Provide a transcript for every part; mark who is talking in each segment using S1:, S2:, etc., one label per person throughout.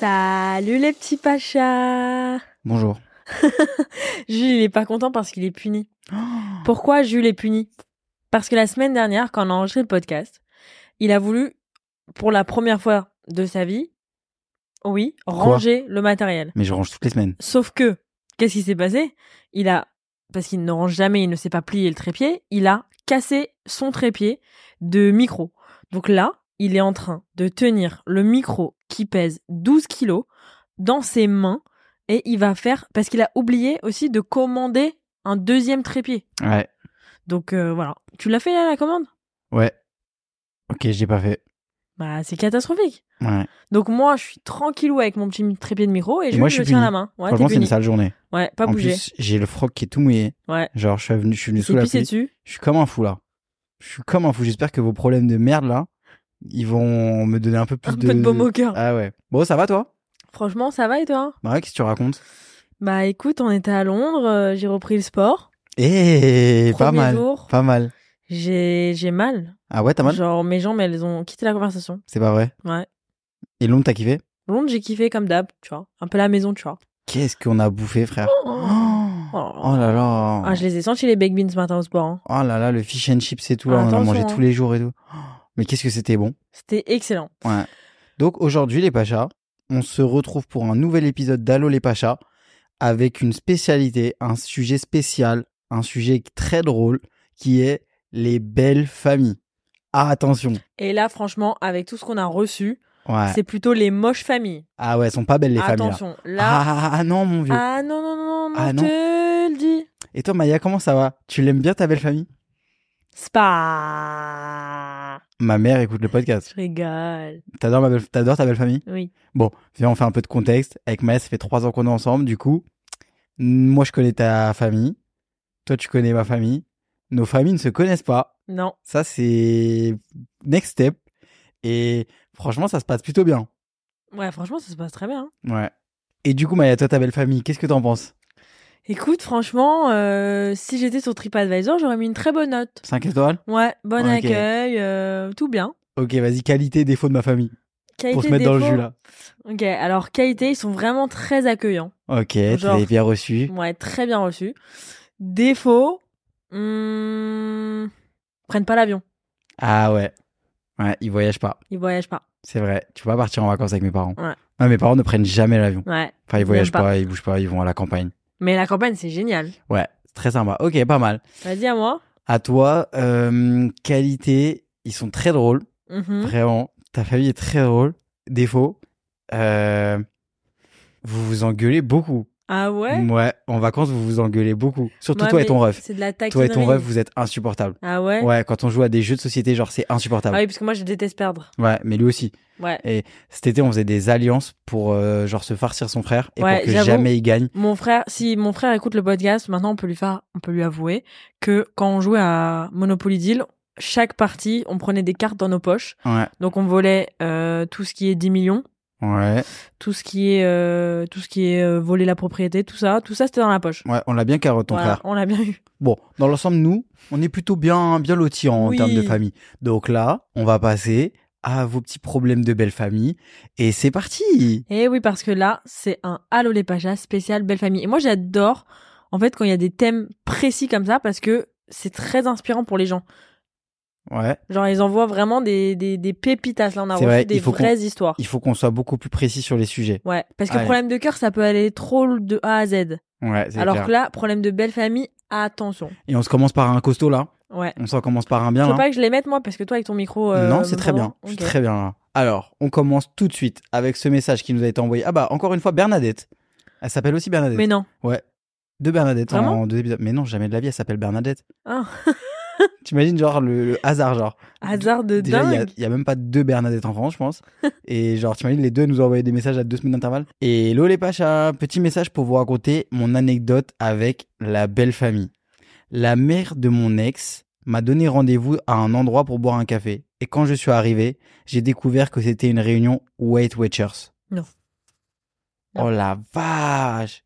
S1: Salut les petits pachas
S2: Bonjour.
S1: Jules, il est pas content parce qu'il est puni. Pourquoi Jules est puni Parce que la semaine dernière, quand on a enregistré le podcast, il a voulu, pour la première fois de sa vie, oui, ranger le matériel.
S2: Mais je range toutes les semaines.
S1: Sauf que, qu'est-ce qui s'est passé Il a, parce qu'il ne range jamais, il ne sait pas plier le trépied, il a cassé son trépied de micro. Donc là, il est en train de tenir le micro qui pèse 12 kilos dans ses mains et il va faire, parce qu'il a oublié aussi de commander un deuxième trépied.
S2: Ouais.
S1: Donc euh, voilà. Tu l'as fait là, la commande
S2: Ouais. Ok, j'ai pas fait.
S1: Bah, c'est catastrophique.
S2: Ouais.
S1: Donc moi, je suis tranquillou avec mon petit trépied de micro et je,
S2: moi,
S1: je
S2: je suis
S1: tiens
S2: puni.
S1: la main. Ouais, t'es
S2: Franchement, c'est une
S1: puni.
S2: sale journée.
S1: Ouais, pas
S2: en
S1: bouger.
S2: plus, j'ai le froc qui est tout mouillé.
S1: Ouais.
S2: Genre, je suis venu, je suis venu
S1: Il
S2: sous
S1: s'est
S2: la
S1: pissé
S2: pluie.
S1: dessus.
S2: Je suis comme un fou là. Je suis comme un fou. J'espère que vos problèmes de merde là, ils vont me donner un peu plus
S1: Un
S2: de.
S1: peu de baume au cœur.
S2: Ah ouais. Bon, ça va toi
S1: Franchement, ça va et toi
S2: Bah ouais, qu'est-ce que tu racontes
S1: Bah écoute, on était à Londres, euh, j'ai repris le sport.
S2: Eh, pas
S1: Premier
S2: mal.
S1: jour,
S2: Pas mal.
S1: j'ai j'ai mal.
S2: Ah ouais, t'as mal
S1: Genre mes jambes, elles ont quitté la conversation.
S2: C'est pas vrai.
S1: Ouais.
S2: Et Londres, t'as kiffé
S1: Londres, j'ai kiffé comme d'hab, tu vois. Un peu la maison, tu vois.
S2: Qu'est-ce qu'on a bouffé, frère Oh,
S1: Oh.
S2: là là.
S1: Ah, je les ai sentis les baked beans ce matin au sport. hein.
S2: Oh là là, le fish and chips et tout, là, on en a
S1: Attention,
S2: mangé
S1: hein.
S2: tous les jours et tout. Oh, Mais qu'est-ce que c'était bon.
S1: C'était excellent.
S2: Ouais. Donc aujourd'hui, les Pachas, on se retrouve pour un nouvel épisode d'Allo les Pachas avec une spécialité, un sujet spécial, un sujet très drôle qui est les belles familles. Ah, attention.
S1: Et là, franchement, avec tout ce qu'on a reçu,
S2: Ouais.
S1: c'est plutôt les moches familles.
S2: Ah ouais, elles sont pas belles les familles. là.
S1: Attention, là.
S2: Ah, ah, ah, non, mon vieux.
S1: Ah, non, non, non, non,
S2: Ah,
S1: je
S2: non.
S1: te le dis.
S2: Et toi, Maya, comment ça va Tu l'aimes bien ta belle famille
S1: Spa.
S2: Ma mère écoute le podcast.
S1: Je rigole.
S2: T'adores ma belle- t'adores ta belle famille
S1: Oui.
S2: Bon, viens, on fait un peu de contexte. Avec Maya, ça fait trois ans qu'on est ensemble. Du coup, moi, je connais ta famille. Toi, tu connais ma famille. Nos familles ne se connaissent pas.
S1: Non.
S2: Ça, c'est next step. Et franchement, ça se passe plutôt bien.
S1: Ouais, franchement, ça se passe très bien. hein.
S2: Ouais. Et du coup, Maya, toi, ta belle famille, qu'est-ce que t'en penses
S1: Écoute, franchement, euh, si j'étais sur TripAdvisor, j'aurais mis une très bonne note.
S2: 5 étoiles
S1: Ouais, bon
S2: Ok.
S1: accueil, euh, tout bien.
S2: Ok, vas-y, qualité, défaut de ma famille.
S1: Qualité,
S2: pour se mettre dans le
S1: défaut.
S2: jus, là.
S1: Ok, alors qualité, ils sont vraiment très accueillants.
S2: Ok, tu
S1: Genre-
S2: l'as bien reçu.
S1: Ouais, très bien reçus. Défaut, hmm, prennent pas l'avion,
S2: Ah ouais. Ouais, ils voyagent pas.
S1: ils voyagent pas.
S2: C'est vrai. Tu peux pas partir en vacances avec mes parents.
S1: Ouais.
S2: Non, mes parents ne prennent jamais l'avion.
S1: Ouais.
S2: Enfin, ils
S1: Ils
S2: voyagent
S1: aiment pas.
S2: pas, ils bougent pas, ils vont à la campagne.
S1: Mais la campagne, c'est génial.
S2: Ouais, c'est très sympa. Ok, pas mal.
S1: Vas-y à moi.
S2: À toi, euh, qualité, ils sont très drôles,
S1: Mhm.
S2: vraiment. Ta famille est très drôle. Défaut, euh, vous vous engueulez beaucoup.
S1: Ah ouais.
S2: en vacances, vous vous engueulez beaucoup. Surtout
S1: Ouais,
S2: toi
S1: mais
S2: et ton ref.
S1: C'est de la
S2: Toi
S1: taquinerie.
S2: et ton ref, vous êtes insupportables.
S1: Ah ouais.
S2: Ouais, quand on joue à des jeux de société, genre, c'est
S1: Ah
S2: insupportable.
S1: oui, parce que moi, je déteste perdre.
S2: Ouais, mais lui aussi.
S1: Ouais.
S2: Cet été, on faisait des alliances pour, euh, genre, se farcir son frère et
S1: Ouais,
S2: pour que
S1: j'avoue.
S2: jamais il gagne.
S1: Mon frère, si mon frère écoute le podcast, maintenant on peut lui faire, on peut lui avouer que quand on jouait à Monopoly Deal, chaque partie, on prenait des cartes dans nos poches.
S2: Ouais.
S1: Donc on volait euh, tout ce qui est 10 millions,
S2: Ouais.
S1: tout ce qui est euh, tout ce qui est euh, voler la propriété, tout ça, tout ça c'était dans la poche.
S2: Ouais, on l'a bien carotte, ton
S1: Voilà,
S2: frère.
S1: on l'a bien eu.
S2: Bon, dans l'ensemble, nous, on est plutôt bien, bien lotis en
S1: Oui.
S2: termes de famille. Donc là, on va passer à vos petits problèmes de belle famille. Et c'est parti
S1: Et Eh oui, parce que là, c'est un Allô les Pachas spécial Belle Famille. Et moi, j'adore, en fait, quand il y a des thèmes précis comme ça, parce que c'est très inspirant pour les gens.
S2: Ouais.
S1: Genre, ils envoient vraiment des, des, des pépitas. Là, on a
S2: C'est
S1: reçu
S2: vrai,
S1: des
S2: il faut
S1: vraies histoires.
S2: Il faut qu'on soit beaucoup plus précis sur les sujets.
S1: Ouais, parce que
S2: Allez.
S1: problème de cœur, ça peut aller trop de A à Z.
S2: Ouais, c'est
S1: Alors
S2: clair.
S1: que là, problème de Belle Famille, attention.
S2: Et on se commence par un costaud, là.
S1: Ouais.
S2: On s'en commence par un bien,
S1: Je
S2: là.
S1: veux pas que je les mette, moi, parce que toi, avec ton micro. euh,
S2: non, c'est très
S1: pardon.
S2: bien. Je suis
S1: Ok.
S2: très bien, là. Alors, on commence tout de suite avec ce message qui nous a été envoyé. Ah bah, encore une fois, Bernadette. Elle s'appelle aussi Bernadette.
S1: Mais non.
S2: De Bernadette en-
S1: Vraiment
S2: en deux épisodes. Mais non, jamais de la vie, elle s'appelle Bernadette.
S1: Ah.
S2: T'imagines, genre, le- le hasard, genre.
S1: Hasard de
S2: Déjà, il y a-
S1: dingue.
S2: il y, a même pas deux Bernadette en France, je pense. et genre, t'imagines, les deux nous ont envoyé des messages à deux semaines d'intervalle. Et Lolé Pacha, petit message pour vous raconter mon anecdote avec la belle famille. La mère de mon ex m'a donné rendez-vous à un endroit pour boire un café. Et quand je suis arrivé, j'ai découvert que c'était une réunion Weight Watchers.
S1: Non.
S2: Oh la vache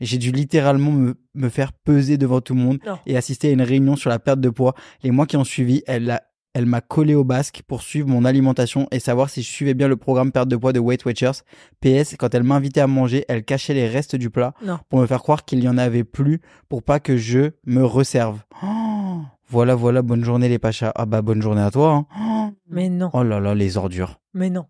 S2: J'ai dû littéralement me, me faire peser devant tout le monde
S1: Non.
S2: et assister à une réunion sur la perte de poids. Les mois qui ont suivi, elle a, elle m'a collé au basque pour suivre mon alimentation et savoir si je suivais bien le programme perte de poids de Weight Watchers. PS, quand elle m'invitait à manger, elle cachait les restes du plat
S1: Non.
S2: pour me faire croire qu'il n'y en avait plus pour pas que je me resserve. Oh, voilà, voilà, bonne journée les Pachas. Ah bah bonne journée à toi. hein. Oh,
S1: Mais non,
S2: Oh là là, les ordures.
S1: mais non.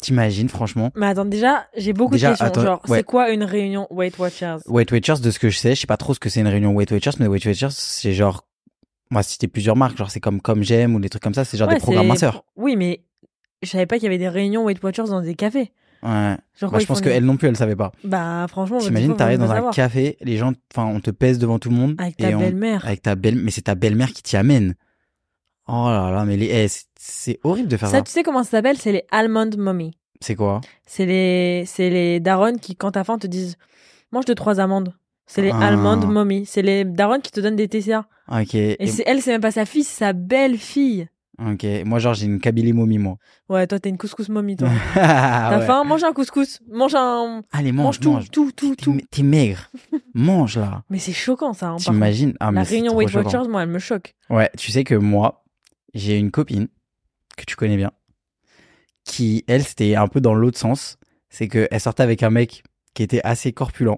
S2: T'imagines franchement
S1: Mais attends, déjà, j'ai beaucoup
S2: Déjà,
S1: de questions.
S2: attends,
S1: genre,
S2: ouais.
S1: c'est quoi une réunion Weight Watchers
S2: Weight Watchers, de ce que je sais, je sais pas trop ce que c'est une réunion Weight Watchers, mais Weight Watchers, c'est genre, moi citer plusieurs marques, genre c'est comme comme j'aime ou des trucs comme ça, c'est genre
S1: Ouais,
S2: des programmes
S1: c'est-
S2: minceurs.
S1: Oui, mais je savais pas qu'il y avait des réunions Weight Watchers dans des cafés.
S2: Ouais.
S1: Genre,
S2: Bah,
S1: quoi,
S2: je
S1: ils
S2: pense
S1: font
S2: que
S1: des-
S2: elle non plus, elle savait pas.
S1: Bah, franchement, des fois,
S2: T'imagines,
S1: faut
S2: t'arrives
S1: même
S2: dans
S1: pas
S2: un
S1: savoir.
S2: café, les gens, enfin, on te pèse devant tout le monde.
S1: Avec ta
S2: on-
S1: belle-mère.
S2: Avec ta belle, mais c'est ta belle-mère qui t'y amène. Oh là là, mais les, eh, c'est- c'est horrible de faire ça.
S1: Ça, tu sais comment ça s'appelle C'est les Almond Mommy.
S2: C'est quoi
S1: C'est les, c'est les darons qui, quand t'as faim, te disent mange deux, trois amandes. C'est les
S2: Ah.
S1: Almond Mommy. C'est les darons qui te donnent des TCA.
S2: Ok.
S1: Et,
S2: et-
S1: c'est elle, c'est même pas sa fille, c'est sa belle-fille.
S2: Ok. Moi, genre, j'ai une Kabylie momie, moi.
S1: Ouais, toi, t'es une couscous mommy, toi.
S2: Ah,
S1: T'as
S2: ouais.
S1: faim Mange un couscous. Mange un.
S2: Allez, mange,
S1: Mange, tout,
S2: mange.
S1: tout, tout,
S2: T'es-
S1: tout.
S2: T'es, maigre. mange, là.
S1: Mais c'est choquant, ça. hein, par contre.
S2: T'imagines? Ah,
S1: La
S2: mais c'est
S1: réunion
S2: trop
S1: Weight
S2: choquant.
S1: Watchers, moi, elle me choque.
S2: Ouais, tu sais que moi, j'ai une copine que tu connais bien, qui, elle, c'était un peu dans l'autre sens. C'est qu'elle sortait avec un mec qui était assez corpulent.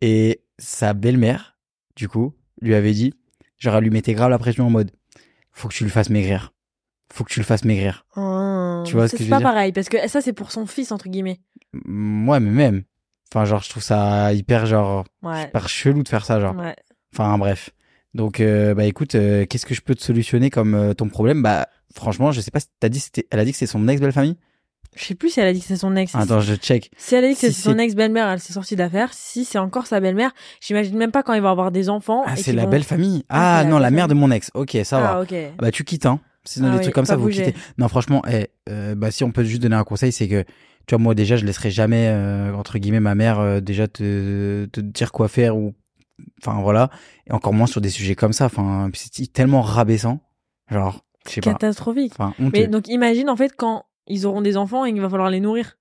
S2: Et sa belle-mère, du coup, lui avait dit, genre, elle lui mettait grave la pression en mode, faut que tu le fasses maigrir. Faut que tu le fasses maigrir.
S1: Ah,
S2: Tu vois
S1: ça,
S2: ce que
S1: c'est
S2: je veux
S1: pas
S2: dire
S1: pareil, parce que ça, c'est pour son fils, entre guillemets.
S2: Moi, mais même. Enfin, genre, je trouve ça hyper, genre,
S1: Ouais.
S2: hyper chelou de faire ça, genre.
S1: Ouais.
S2: Enfin bref. Donc euh, bah écoute, euh, qu'est-ce que je peux te solutionner comme euh, ton problème Bah franchement, je sais pas si t'as dit c'était elle a dit que c'est son ex belle famille.
S1: Je sais plus si elle a dit que c'est son ex.
S2: Attends, je check.
S1: Si elle a dit que
S2: Si
S1: c'est son
S2: c'est-
S1: ex-belle-mère, elle s'est sortie d'affaires. Si c'est encore sa belle-mère, j'imagine même pas quand il va avoir des enfants.
S2: Ah,
S1: et
S2: c'est
S1: qu'ils
S2: la
S1: vont-
S2: belle famille.
S1: Ah,
S2: Ah,
S1: c'est la
S2: non, la
S1: belle
S2: mère de mon ex. OK, ça va.
S1: Ah, ok.
S2: Ah, Bah tu quittes hein. C'est dans
S1: Ah
S2: des
S1: oui,
S2: trucs comme
S1: pas
S2: ça, vous
S1: bouger.
S2: quittez. Non, franchement, eh, euh, bah si on peut juste donner un conseil, c'est que tu vois moi déjà, je laisserai jamais euh, entre guillemets ma mère euh, déjà te, te dire quoi faire ou enfin voilà, et encore moins sur des sujets comme ça, enfin puis c'est tellement rabaissant. Genre, je sais pas.
S1: Catastrophique.
S2: Enfin,
S1: Mais
S2: honteux.
S1: donc imagine en fait quand ils auront des enfants et qu'il va falloir les nourrir.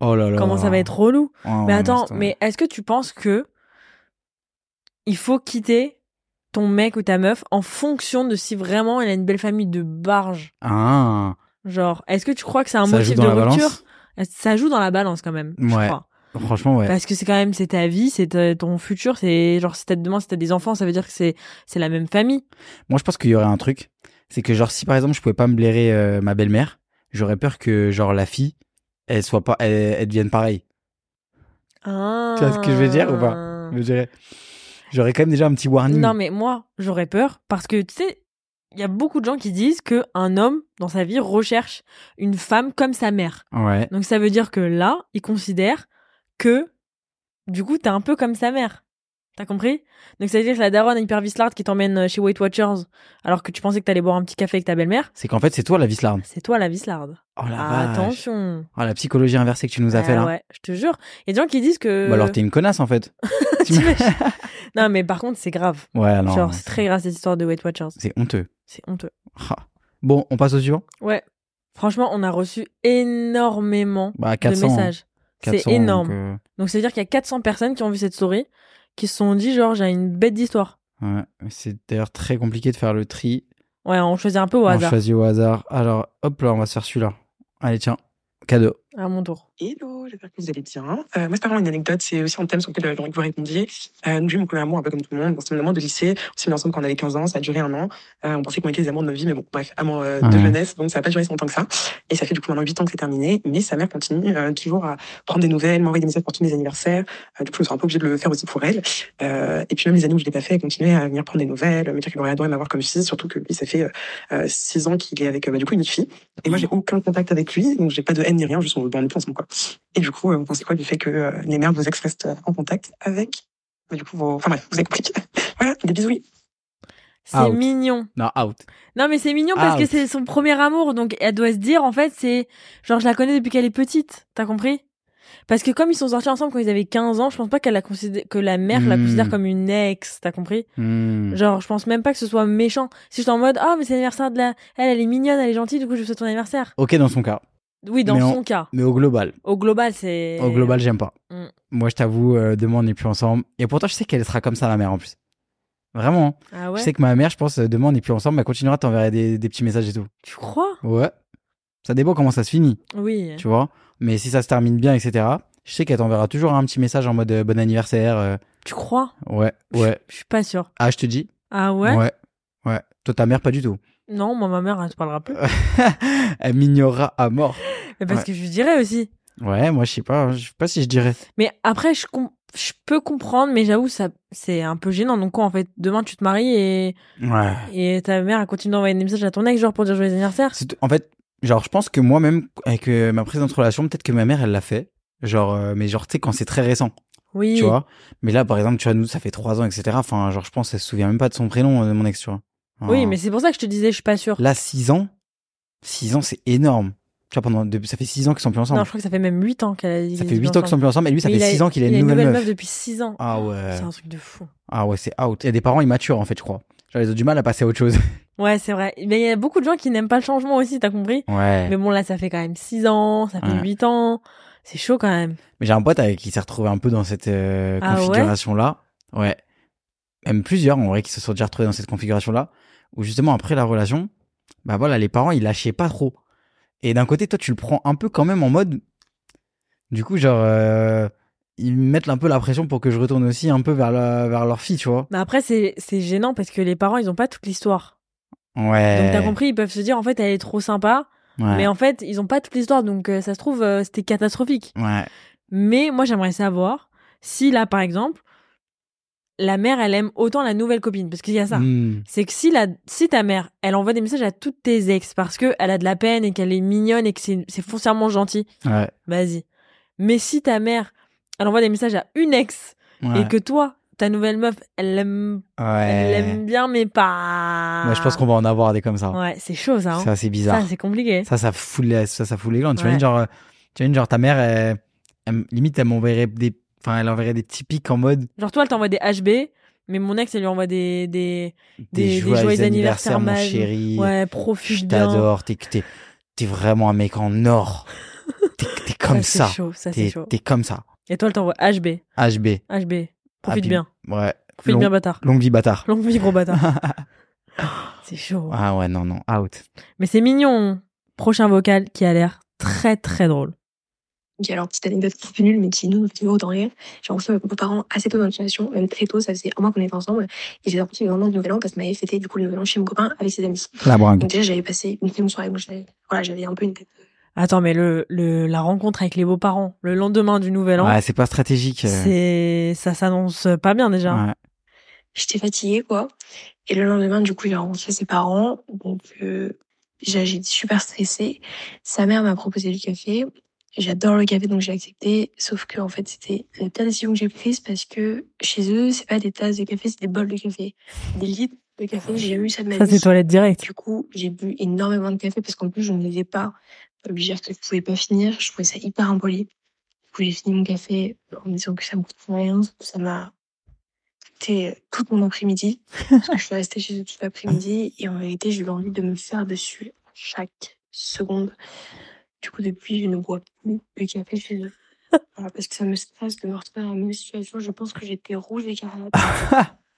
S2: Oh là Oh, là.
S1: Comment ça va être relou.
S2: Ouais, ouais,
S1: mais attends,
S2: c'est-
S1: mais est-ce que tu penses que il faut quitter ton mec ou ta meuf en fonction de si vraiment elle a une belle famille de barge
S2: Ah,
S1: Genre, est-ce que tu crois que c'est un
S2: ça joue
S1: motif
S2: dans
S1: de
S2: la
S1: rupture
S2: balance.
S1: Ça joue dans la balance quand même, je
S2: Ouais.
S1: crois.
S2: Franchement, ouais.
S1: Parce que c'est quand même c'est ta vie, c'est ta- ton futur, c'est genre si t'as demain si t'as des enfants, ça veut dire que c'est c'est la même famille.
S2: Moi, je pense qu'il y aurait un truc. C'est que, genre, si par exemple, je pouvais pas me blairer euh, ma belle-mère, j'aurais peur que, genre, la fille, elle soit pas, elle, elle devienne pareille. Tu vois ce que je veux dire ou pas
S1: Ah.
S2: Je me dirais. J'aurais quand même déjà un petit warning.
S1: Non mais moi j'aurais peur parce que tu sais il y a beaucoup de gens qui disent que un homme dans sa vie recherche une femme comme sa mère.
S2: Ouais.
S1: Donc ça veut dire que là il considère que du coup t'es un peu comme sa mère. T'as compris Donc ça veut dire que la daronne hyper vislarde qui t'emmène euh, chez Weight Watchers alors que tu pensais que t'allais boire un petit café avec ta belle-mère,
S2: C'est qu'en fait, c'est toi la vislarde.
S1: c'est toi la vislarde.
S2: Oh la vache.
S1: Attention.
S2: Oh, la psychologie inversée que tu nous as
S1: Ah
S2: fait là.
S1: Ouais, je te jure. Il y a des gens qui disent que.
S2: Bah, alors, t'es une connasse en fait.
S1: Tu imagines non, mais par contre, c'est grave.
S2: ouais, Ah non.
S1: Genre,
S2: mais
S1: c'est très grave cette histoire de Weight Watchers.
S2: C'est honteux.
S1: C'est honteux.
S2: Ah. Bon, on passe au suivant.
S1: Ouais. Franchement, on a reçu énormément
S2: Bah, 400.
S1: de
S2: hein.
S1: messages. C'est
S2: 400, donc,
S1: énorme.
S2: euh,
S1: Donc, ça veut dire qu'il y a 400 personnes qui ont vu cette story, qui se sont dit, genre, j'ai une bête d'histoire.
S2: ouais. C'est d'ailleurs très compliqué de faire le tri.
S1: Ouais, on choisit un peu au
S2: On
S1: hasard.
S2: choisit au hasard. Alors, hop là, on va se faire celui-là. Allez, tiens, cadeau.
S1: À mon tour.
S3: Hello, j'espère que vous allez bien. Euh, moi, c'est pas vraiment une anecdote, c'est aussi un thème sur lequel euh, j'ai envie que vous répondiez. Euh, donc, j'ai eu mon premier amour, un peu comme tout le monde. Dans ce moment de lycée, on s'est mis ensemble quand on avait 15 ans, ça a duré un an. Euh, on pensait qu'on était les amours de nos vies, mais bon, bref, amour euh, de
S2: Ouais.
S3: jeunesse, donc ça n'a pas duré si longtemps que ça. Et ça fait du coup maintenant 8 ans que c'est terminé, mais sa mère continue euh, toujours à prendre des nouvelles, m'envoyer des messages pour tous mes anniversaires. Euh, du coup, je suis un peu obligée de le faire aussi pour elle. Euh, et puis même les années où je l'ai pas fait, elle continuait à venir prendre des nouvelles, me dire qu'il aurait adoré m'avoir comme fille, surtout que lui, ça fait 6 ans qu'il est avec euh, bah, du coup une autre fille. Et moi, j'ai aucun contact avec lui, donc j'ai pas de haine ni rien, juste on, bon, on est plus ensemble, quoi. Et du coup, euh, vous pensez quoi du fait que euh, les mères de vos ex restent euh, en contact avec bah, du coup, vos... enfin bref, vous avez compris. voilà, des bisous.
S1: C'est
S2: Out.
S1: mignon.
S2: Non, out.
S1: Non, mais c'est mignon parce que
S2: Out.
S1: c'est son premier amour. Donc, elle doit se dire, en fait, c'est. Genre, je la connais depuis qu'elle est petite. T'as compris Parce que comme ils sont sortis ensemble quand ils avaient 15 ans, je pense pas qu'elle la considère. Que la mère la
S2: Hmm.
S1: considère comme une ex. T'as compris
S2: Hmm.
S1: Genre, je pense même pas que ce soit méchant. Si j'étais en mode, ah, mais c'est l'anniversaire de la. Elle, elle est mignonne, elle est gentille, du coup, je fais ton anniversaire.
S2: Ok, dans son cas.
S1: Oui, dans
S2: Mais
S1: son
S2: en-
S1: cas.
S2: Mais au global,
S1: Au global, c'est.
S2: au global, j'aime pas.
S1: Hmm.
S2: Moi, je t'avoue, euh, demain, on n'est plus ensemble. Et pourtant, je sais qu'elle sera comme ça, la mère, en plus. Vraiment.
S1: Ah ouais
S2: Je sais que ma mère, je pense, euh, demain on n'est plus ensemble, mais elle continuera à t'enverrer des, des petits messages et tout.
S1: Tu crois
S2: Ouais. Ça dépend comment ça se finit,
S1: Oui.
S2: tu vois. Mais si ça se termine bien, etc., je sais qu'elle t'enverra toujours un petit message en mode euh, bon anniversaire. euh,
S1: Tu crois
S2: ouais, ouais.
S1: Je suis pas sûre.
S2: Ah, je te dis
S1: Ah ouais,
S2: Ouais. Ouais. Toi, ta mère, pas du tout.
S1: Non, moi, ma mère, elle te parlera plus.
S2: Elle m'ignorera à mort.
S1: Mais parce que je lui dirais aussi.
S2: Ouais, moi, je sais pas. hein, Je sais pas si je dirais.
S1: Mais après, je, com- je peux comprendre, mais j'avoue, ça, c'est un peu gênant. Donc quoi, en fait, demain, tu te maries et,
S2: Ouais.
S1: et ta mère, elle continue d'envoyer des messages à ton ex, genre, pour dire joyeux anniversaire.
S2: C'est- En fait, genre, je pense que moi-même, avec euh, ma précédente relation, peut-être que ma mère, elle l'a fait. Genre, euh, mais genre, tu sais, quand c'est très récent,
S1: Oui.
S2: tu vois. Mais là, par exemple, tu vois, nous, ça fait trois ans, etc. Enfin, genre, je pense qu'elle se souvient même pas de son prénom, euh, mon ex, tu vois. Enfin,
S1: Oui, mais c'est pour ça que je te disais, je suis pas sûre.
S2: Là, six ans, six ans, c'est énorme. Tu vois, pendant, depuis- ça fait six ans qu'ils sont plus ensemble.
S1: Non, je crois que ça fait même 8 ans qu'elle a
S2: ça fait huit ans qu'ils sont plus ensemble, et lui, ça
S1: Mais il
S2: fait
S1: a-
S2: six ans qu'il a
S1: Il
S2: une nouvelle, meuf.
S1: depuis 6 ans.
S2: Ah ouais.
S1: C'est un truc de fou.
S2: Ah ouais, c'est out. Il y a des parents immatures, en fait, je crois. Genre, ils ont du mal à passer à autre chose.
S1: Ouais, c'est vrai. Mais il y a beaucoup de gens qui n'aiment pas le changement aussi, t'as compris
S2: Ouais.
S1: Mais bon, là, ça fait quand même 6 ans, ça fait
S2: Ouais.
S1: 8 ans. C'est chaud quand même.
S2: Mais j'ai un pote avec qui s'est retrouvé un peu dans cette euh,
S1: Ah ouais
S2: configuration-là. ouais, Même plusieurs, en vrai, qui se sont déjà retrouvés dans cette configuration-là. Où justement, après la relation, bah voilà, les parents, ils lâchaient pas trop. Et d'un côté, toi, tu le prends un peu quand même en mode. Du coup, genre, euh, ils me mettent un peu la pression pour que je retourne aussi un peu vers, la- vers leur fille, tu vois.
S1: Mais après, c'est c'est gênant parce que les parents, ils ont pas toute l'histoire.
S2: Ouais.
S1: Donc, t'as compris, ils peuvent se dire, en fait, elle est trop sympa.
S2: Ouais.
S1: Mais en fait, ils ont pas toute l'histoire. Donc, euh, ça se trouve, euh, c'était catastrophique.
S2: Ouais.
S1: Mais moi, j'aimerais savoir si là, par exemple, la mère, elle aime autant la nouvelle copine. Parce qu'il y a ça.
S2: Hmm.
S1: c'est que si, la, si ta mère, elle envoie des messages à toutes tes ex parce que elle a de la peine et qu'elle est mignonne et que c'est c'est foncièrement gentil,
S2: Ouais.
S1: vas-y. Mais si ta mère, elle envoie des messages à une ex
S2: Ouais.
S1: et que toi, ta nouvelle meuf, elle l'aime elle
S2: Ouais.
S1: l'aime bien mais pas...
S2: Ouais, je pense qu'on va en avoir des comme ça.
S1: Ouais, c'est chaud ça. hein.
S2: C'est assez bizarre.
S1: Ça, c'est compliqué.
S2: Ça, ça fout les, ça, ça fout les glandes. Tu
S1: Ouais.
S2: imagines, genre, euh, tu imagines, genre, ta mère, euh, elle- limite, elle m'enverrait des, enfin, elle enverrait des petits pics en mode
S1: Genre toi, elle t'envoie des HB, mais mon ex, elle lui envoie des... des...
S2: des,
S1: Des- des
S2: joyeux,
S1: joyeux
S2: anniversaires,
S1: anniversaires,
S2: mon
S1: ma-
S2: chéri.
S1: Ouais,
S2: je
S1: profite bien.
S2: t'adore. T'es, t'es, t'es vraiment un mec en or. T'es, t'es comme
S1: ça.
S2: ça.
S1: c'est chaud, ça, c'est
S2: T'es,
S1: chaud.
S2: t'es comme ça.
S1: Et toi, elle t'envoie HB,
S2: HB.
S1: HB. Profite
S2: Happy-
S1: bien.
S2: Ouais.
S1: Profite
S2: Long-
S1: bien, bâtard.
S2: Longue vie bâtard.
S1: Longue vie, gros bâtard. C'est chaud.
S2: Ah ouais, non, non, out.
S1: Mais c'est mignon. Prochain vocal qui a l'air très très drôle.
S4: Donc, alors, petite anecdote un peu nulle, mais qui nous fait autant rire. J'ai rencontré mes parents assez tôt dans notre relation, même très tôt, ça faisait un mois qu'on était ensemble. Et j'ai rencontré vraiment le nouvel an parce que m'avait fêté du coup le nouvel an chez mon copain avec ses amis.
S2: La bringue.
S4: Donc, déjà, j'avais passé une très bonne soirée. Moi, j'avais- voilà, j'avais un peu une tête.
S1: Attends, mais le, le la rencontre avec les beaux-parents le lendemain du nouvel an,
S2: Ouais, c'est pas stratégique. euh,
S1: bah, c'est ça s'annonce pas bien déjà.
S2: ouais.
S4: J'étais fatiguée, quoi. Et le lendemain, du coup, j'ai rencontré ses parents. Donc, euh, déjà, j'étais super stressée. Sa mère m'a proposé du café. J'adore le café, donc j'ai accepté. Sauf que, en fait, c'était la pire décision que j'ai prise parce que chez eux, c'est pas des tasses de café, c'est des bols de café. Des litres de café. J'ai jamais eu ça de ma
S1: Ça
S4: vie.
S1: c'est toilette directe.
S4: Du coup, j'ai bu énormément de café parce qu'en plus, je ne les ai pas. Ça veut dire que je pouvais pas finir. Je trouvais ça hyper impoli. Du coup, j'ai fini mon café en me disant que ça me coûte rien. Ça m'a coûté tout mon après-midi. parce que je suis restée chez eux toute l'après-midi. Et en vérité, j'ai eu envie de me faire dessus à chaque seconde. Du coup, depuis, je ne bois plus de café chez eux. Voilà, parce que ça me stresse de me retrouver dans la même situation. Je pense que j'étais rouge et carlate.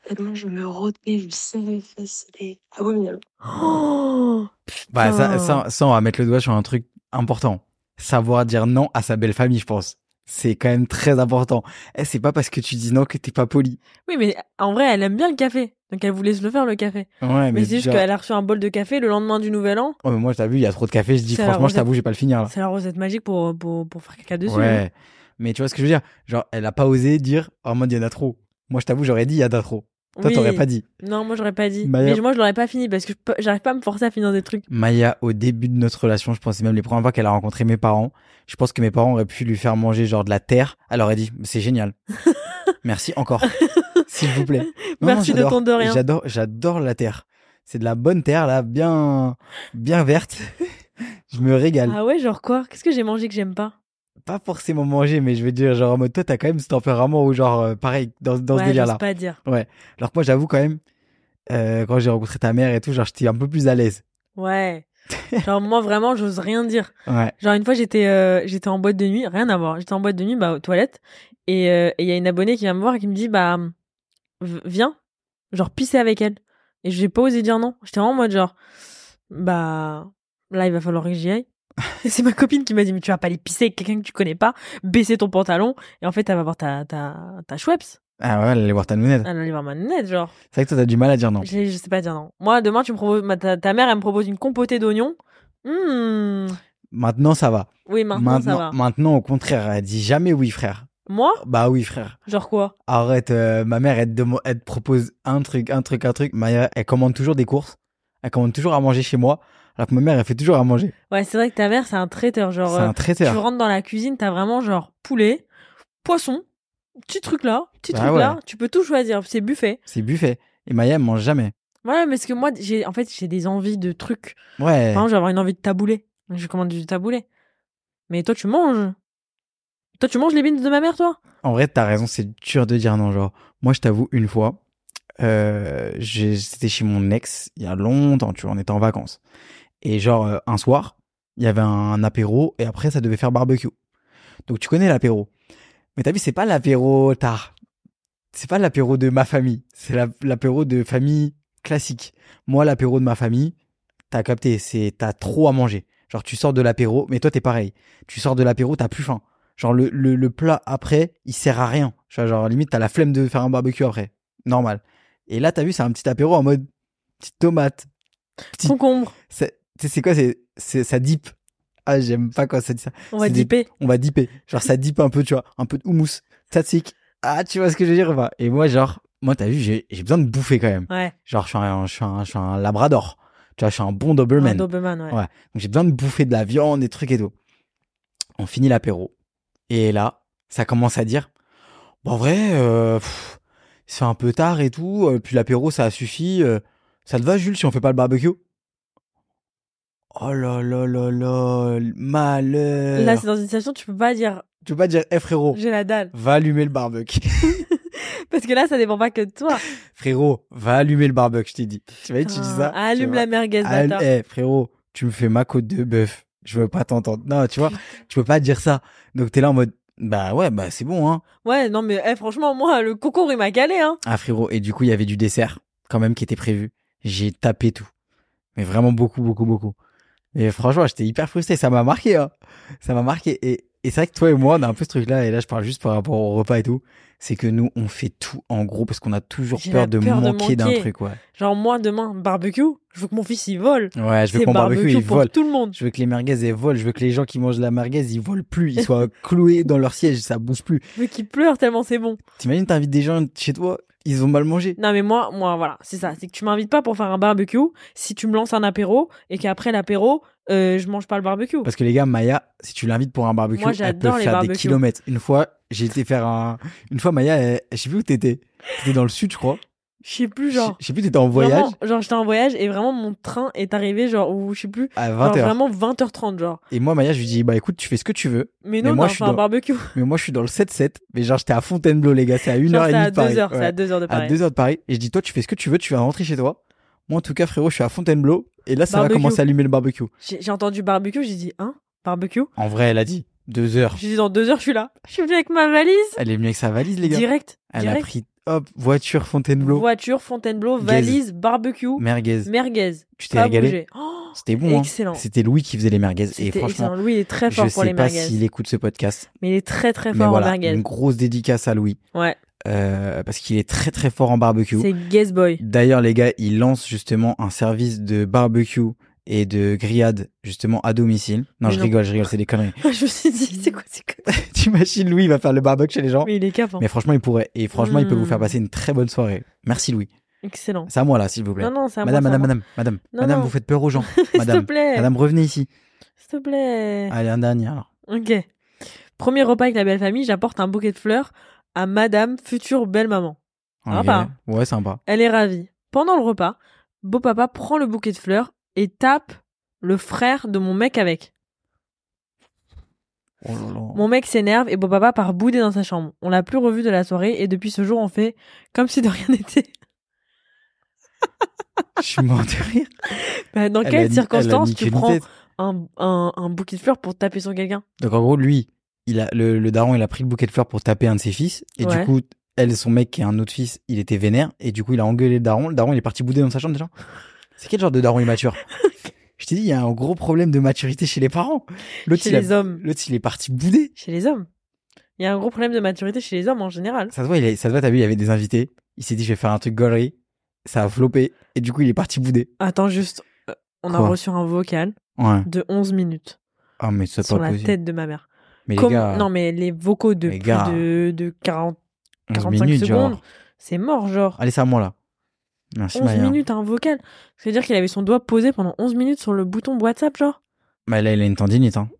S4: Tellement je me rotais, je serrais les fesses. C'était abominable.
S1: Oh
S2: Bah, ça,
S1: Putain.
S2: ça, ça, on va mettre le doigt sur un truc important. Savoir dire non à sa belle famille, je pense. C'est quand même très important. Eh, c'est pas parce que tu dis non que t'es pas poli.
S1: oui, mais en vrai, elle aime bien le café, donc elle vous laisse le faire le café.
S2: Ouais,
S1: Mais, c'est juste
S2: genre-
S1: qu'elle a reçu un bol de café le lendemain du nouvel an.
S2: Oh, mais moi, je t'avoue, il y a trop de café, je dis
S1: C'est la
S2: franchement, je
S1: recette-
S2: t'avoue, je vais pas le finir là.
S1: C'est la recette magique pour pour, pour faire caca dessus. hein.
S2: Ouais. Mais tu vois ce que je veux dire? Genre, elle a pas osé dire, oh mon dieu, il y en a trop. Moi, je t'avoue, j'aurais dit, il y en a trop. Toi,
S1: Oui.
S2: t'aurais pas dit.
S1: Non, moi j'aurais pas dit.
S2: Bah, y
S1: mais
S2: a-
S1: moi je l'aurais pas fini parce que je peux- j'arrive pas à me forcer à finir des trucs.
S2: Maya, au début de notre relation, je pense c'est même les premières fois qu'elle a rencontré mes parents. Je pense que mes parents auraient pu lui faire manger genre de la terre. Elle aurait dit, c'est génial. Merci encore, s'il vous plaît.
S1: Merci de
S2: j'adore.
S1: ton de rien.
S2: J'adore, j'adore la terre. C'est de la bonne terre là, bien, bien verte. je me régale.
S1: Ah ouais, genre quoi Qu'est-ce que j'ai mangé que j'aime pas
S2: Pas forcément manger, mais je veux dire genre en mode toi, t'as quand même ce tempérament ou genre euh, pareil dans, dans
S1: Ouais,
S2: ce délire là.
S1: j'ose pas dire.
S2: Alors que moi, j'avoue quand même, euh, quand j'ai rencontré ta mère et tout, genre j'étais un peu plus à l'aise.
S1: Ouais. genre moi vraiment, j'ose rien dire.
S2: Ouais.
S1: Genre une fois j'étais euh, j'étais en boîte de nuit, rien à voir. J'étais en boîte de nuit bah aux toilettes et euh, et il y a une abonnée qui vient me voir et qui me dit bah hum, v- viens. genre pisser avec elle. Et j'ai pas osé dire non. J'étais vraiment en mode genre, bah, là, il va falloir que j'y aille. Et c'est ma copine qui m'a dit, mais tu vas pas aller pisser avec quelqu'un que tu connais pas, baisser ton pantalon, et en fait, elle va voir ta, ta, ta Schweppes.
S2: Ah ouais, aller voir ta nounette.
S1: Elle va aller voir ma nette, genre.
S2: C'est vrai que toi, t'as du mal à dire non.
S1: J'ai- Je sais pas dire non. Moi, demain, tu me proposes, ma- ta, ta mère, elle me propose une compotée d'oignons. Hmm.
S2: Maintenant, ça va.
S1: Oui, maintenant, ça va.
S2: maintenant, au contraire, elle dit jamais oui, frère.
S1: Moi,
S2: Bah oui, frère.
S1: genre quoi
S2: Arrête, euh, ma mère, elle te, demo- elle te propose un truc, un truc, un truc. Ma mère, elle commande toujours des courses. Elle commande toujours à manger chez moi. Alors que ma mère, elle fait toujours à manger.
S1: Ouais, c'est vrai que ta mère, c'est un traiteur. Genre,
S2: C'est
S1: euh,
S2: un
S1: tu
S2: traiteur.
S1: rentres dans la cuisine, t'as vraiment genre poulet, poisson, petit truc là, petit
S2: Bah
S1: truc là.
S2: ouais.
S1: Tu peux tout choisir, c'est buffet.
S2: C'est buffet. Et Maya, elle mange jamais.
S1: Ouais, mais parce que moi, j'ai en fait, j'ai des envies de trucs.
S2: Ouais.
S1: Par exemple, j'ai avoir une envie de taboulé. Donc, Je commande du taboulé. Mais toi, tu manges. Toi, tu manges les beans de ma mère, toi
S2: En vrai, t'as raison, c'est dur de dire non. Genre, moi, je t'avoue, une fois, euh, j'ai- c'était chez mon ex il y a longtemps, tu vois, on était en vacances. Et genre, euh, un soir, il y avait un apéro et après, ça devait faire barbecue. Donc, tu connais l'apéro. Mais t'as vu, c'est pas l'apéro tard. C'est pas l'apéro de ma famille. C'est la- l'apéro de famille classique. Moi, l'apéro de ma famille, t'as capté, c'est t'as trop à manger. Genre, tu sors de l'apéro, mais toi, t'es pareil. Tu sors de l'apéro, t'as plus faim. Genre le, le, le plat après, il sert à rien. Tu vois, genre limite, t'as la flemme de faire un barbecue après. Normal. Et là, t'as vu, c'est un petit apéro en mode petite tomate. Petit-
S1: Concombre.
S2: C'est- Tu sais, c'est quoi c'est, c'est- Ça dip. Ah, j'aime pas quand ça dit ça.
S1: On va
S2: C'est des-
S1: dipper.
S2: On va dipper. Genre ça dip un peu, tu vois. Un peu de houmous. Tzatziki. Ah, tu vois ce que je veux dire ou pas Et moi, genre, moi, t'as vu, j'ai, j'ai besoin de bouffer quand même.
S1: Ouais.
S2: Genre, je suis un, je suis un, je suis un labrador. Tu vois, je suis un bon
S1: Un
S2: Doberman.
S1: Doberman, ouais.
S2: Ouais. Donc j'ai besoin de bouffer de la viande, des trucs et tout. On finit l'apéro. Et là, ça commence à dire Bon, en vrai, euh, pff, il se fait un peu tard et tout. euh, puis l'apéro, ça a suffi. euh, ça te va, Jules, si on fait pas le barbecue Oh là là là là, le malheur.
S1: Là, c'est dans une situation, tu peux pas dire
S2: Tu peux pas dire Eh frérot,
S1: j'ai la dalle.
S2: va allumer le barbecue.
S1: Parce que là, ça dépend pas que de toi.
S2: frérot, va allumer le barbecue, je t'ai dit. Tu vas tu dis ça
S1: Ah, Allume la merguez,
S2: Ah,
S1: bâtard.
S2: eh, frérot, tu me fais ma côte de bœuf. Je veux pas t'entendre. Non, tu vois, je peux pas dire ça. Donc t'es là en mode, bah ouais, bah c'est bon, hein.
S1: Ouais, non, mais eh, franchement, moi, le concours, il m'a calé, hein.
S2: Ah frérot, et du coup, il y avait du dessert quand même qui était prévu. J'ai tapé tout. Mais vraiment beaucoup, beaucoup, beaucoup. Et franchement, j'étais hyper frustré. Ça m'a marqué, hein. Ça m'a marqué. Et, et c'est vrai que toi et moi, on a un peu ce truc-là. Et là, je parle juste par rapport au repas et tout. C'est que nous, on fait tout en gros parce qu'on a toujours
S1: J'ai
S2: peur
S1: la
S2: de,
S1: peur de
S2: manquer d'un
S1: manquer.
S2: truc, ouais.
S1: Genre, moi, demain, barbecue, je veux que mon fils, il vole.
S2: Ouais, je veux
S1: C'est
S2: que mon barbecue, il
S1: pour
S2: vole.
S1: tout le monde.
S2: Je veux que les merguez elles volent, je veux que les gens qui mangent de la merguez ils volent plus, ils soient cloués dans leur siège, ça bouge plus.
S1: Je veux qu'il pleure tellement c'est bon.
S2: T'imagines t'invites des gens chez toi, ils ont mal mangé.
S1: Non, mais moi, moi, voilà, c'est ça. C'est que tu m'invites pas pour faire un barbecue si tu me lances un apéro et qu'après l'apéro, euh, je mange pas le barbecue.
S2: Parce que les gars, Maya, si tu l'invites pour un barbecue,
S1: Moi,
S2: elle peut
S1: j'adore les
S2: faire des
S1: barbecues.
S2: kilomètres. Une fois, j'ai été faire un, une fois Maya, elle- je sais plus où t'étais, t'étais dans le sud, je crois.
S1: Je sais plus,
S2: Je
S1: genre.
S2: je sais plus, t'étais en voyage
S1: Vraiment, genre, j'étais en voyage et vraiment, mon train est arrivé, genre, ou je sais plus,
S2: à
S1: genre,
S2: 20 h
S1: vraiment 20h30, genre.
S2: Et moi, Maya, je lui dis, bah écoute, tu fais ce que tu veux,
S1: Mais
S2: Mais
S1: non,
S2: moi,
S1: on a
S2: je suis
S1: fait un
S2: dans-
S1: barbecue.
S2: mais moi, je suis dans le 7-7. Mais genre, j'étais à Fontainebleau, les gars, c'est à une
S1: Genre,
S2: heure et
S1: c'est
S2: demie
S1: à
S2: de Paris.
S1: 2h, c'est
S2: Ouais.
S1: à 2h de
S2: à
S1: Paris.
S2: 2 heures de Paris et je dis toi tu fais ce que tu veux tu vas rentrer chez toi moi en tout cas frérot je suis à Fontainebleau et là ça
S1: Barbecue.
S2: va commencer à allumer le barbecue
S1: J'ai j'ai entendu barbecue, j'ai dit, hein, barbecue
S2: en vrai elle a dit 2 heures
S1: J'ai dit, dans deux heures, je suis là. Je suis venu avec ma valise.
S2: elle est venue avec sa valise les gars
S1: Direct.
S2: elle a
S1: direct.
S2: pris hop voiture Fontainebleau
S1: Voiture, Fontainebleau,
S2: Gaze.
S1: valise, barbecue,
S2: merguez
S1: merguez.
S2: tu t'es
S1: Pas
S2: régalé
S1: bougé. Oh,
S2: c'était bon hein.
S1: excellent.
S2: c'était Louis qui faisait les merguez et
S1: C'était
S2: franchement
S1: excellent. Louis, il est très
S2: je
S1: fort pour les
S2: sais pas
S1: merguez.
S2: s'il écoute ce podcast
S1: Mais il est très très
S2: mais
S1: fort en
S2: voilà
S1: merguez.
S2: une grosse dédicace à Louis
S1: Ouais.
S2: Euh, parce qu'il est très très fort en barbecue
S1: C'est Guess Boy.
S2: D'ailleurs, les gars, ils lancent justement un service de barbecue et de grillade, justement, à domicile. Non,
S1: Mais
S2: je
S1: non.
S2: rigole, je rigole, c'est des conneries.
S1: je me suis dit, c'est quoi, c'est quoi
S2: T'imagines, Louis, il va faire le barbecue chez les gens.
S1: Mais il est hein. capant.
S2: Oh. Mais franchement, il pourrait. Et franchement, il peut vous faire
S1: Mm.
S2: passer une très bonne soirée. Merci, Louis.
S1: Excellent.
S2: C'est à moi, là, s'il vous plaît.
S1: Non, non, c'est à moi,
S2: madame,
S1: c'est à
S2: madame,
S1: moi.
S2: madame, madame,
S1: Non,
S2: madame,
S1: non.
S2: vous faites peur aux gens.
S1: S'il te
S2: madame,
S1: plaît.
S2: madame, revenez ici.
S1: S'il te plaît.
S2: Allez, un dernier, alors.
S1: Ok. Premier repas avec la belle famille, j'apporte un bouquet de fleurs à madame, future belle maman. Sympa.
S2: Ok. Ouais, sympa.
S1: Elle est ravie. Pendant le repas, beau papa prend le bouquet de fleurs et tape le frère de mon mec avec.
S2: Oh là là.
S1: Mon mec s'énerve et beau papa part bouder dans sa chambre. On l'a plus revu de la soirée et depuis ce jour on fait comme si de rien n'était.
S2: Je suis mort de rire.
S1: Bah, dans
S2: Elle a
S1: quelles
S2: ni- elle
S1: circonstances
S2: a
S1: tu
S2: niqué une
S1: prends
S2: tête.
S1: un, un, un bouquet de fleurs pour taper sur quelqu'un
S2: Donc, en gros, lui, il a, le, le daron, il a pris le bouquet de fleurs pour taper un de ses fils. Et
S1: Ouais.
S2: du coup, elle, son mec, qui est un autre fils, il était vénère. Et du coup, il a engueulé le daron. Le daron, il est parti bouder dans sa chambre déjà. C'est quel genre de daron immature Je t'ai dit, il y a un gros problème de maturité chez les parents. L'autre,
S1: Chez
S2: il, a-
S1: les hommes.
S2: l'autre, il est parti bouder.
S1: Chez les hommes. Il y a un gros problème de maturité chez les hommes en général.
S2: Ça se voit, il est- ça se voit, t'as vu, il y avait des invités. Il s'est dit, je vais faire un truc gaulerie. Ça a floppé. Et du coup, il est parti bouder.
S1: Attends juste, euh, on
S2: Quoi
S1: a reçu un vocal
S2: Ouais.
S1: de 11 minutes
S2: Ah, mais c'est
S1: sur
S2: pas
S1: la
S2: possible.
S1: tête de ma mère.
S2: Mais
S1: Comme-
S2: les gars,
S1: Non mais les vocaux de
S2: les
S1: plus
S2: gars.
S1: de, de 40,
S2: 11
S1: 45
S2: minutes,
S1: secondes,
S2: genre.
S1: c'est mort genre.
S2: Allez, c'est à moi, là. Merci,
S1: 11
S2: Ah, Maya.
S1: minutes un vocal. C'est-à-dire qu'il avait son doigt posé pendant 11 minutes sur le bouton WhatsApp genre.
S2: Bah, là, il a une tendinite, hein.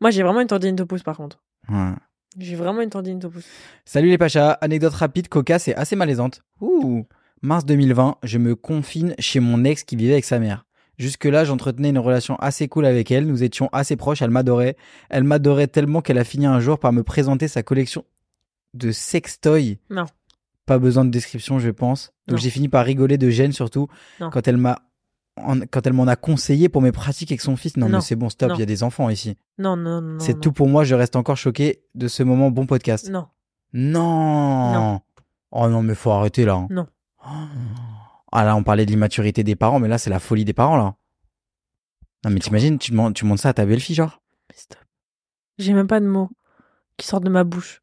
S1: Moi j'ai vraiment une tendine de pouce par contre.
S2: Ouais.
S1: J'ai vraiment une tendine de pouce.
S2: Salut les Pachas, anecdote rapide, cocasse et assez malaisante. Ouh Mars 2020, je me confine chez mon ex qui vivait avec sa mère. Jusque-là, j'entretenais une relation assez cool avec elle, nous étions assez proches, elle m'adorait. Elle m'adorait tellement qu'elle a fini un jour par me présenter sa collection de sextoys.
S1: Non.
S2: Pas besoin de description, je pense. Donc
S1: Non.
S2: j'ai fini par rigoler de gêne, surtout
S1: Non.
S2: quand elle m'a en- quand elle m'en a conseillé pour mes pratiques avec son fils. Non,
S1: Non.
S2: mais c'est bon, stop,
S1: Non.
S2: il y a des enfants ici.
S1: Non non non.
S2: C'est
S1: non.
S2: tout pour moi, je reste encore choqué de ce moment bon podcast.
S1: Non.
S2: Non.
S1: Non.
S2: Oh non, mais faut arrêter là.
S1: Non.
S2: Oh. Ah là, on parlait de l'immaturité des parents, mais là, c'est la folie des parents là. Non, mais t'imagines, tu, demandes- tu montes ça à ta belle-fille, genre
S1: Mais stop. J'ai même pas de mots qui sortent de ma bouche.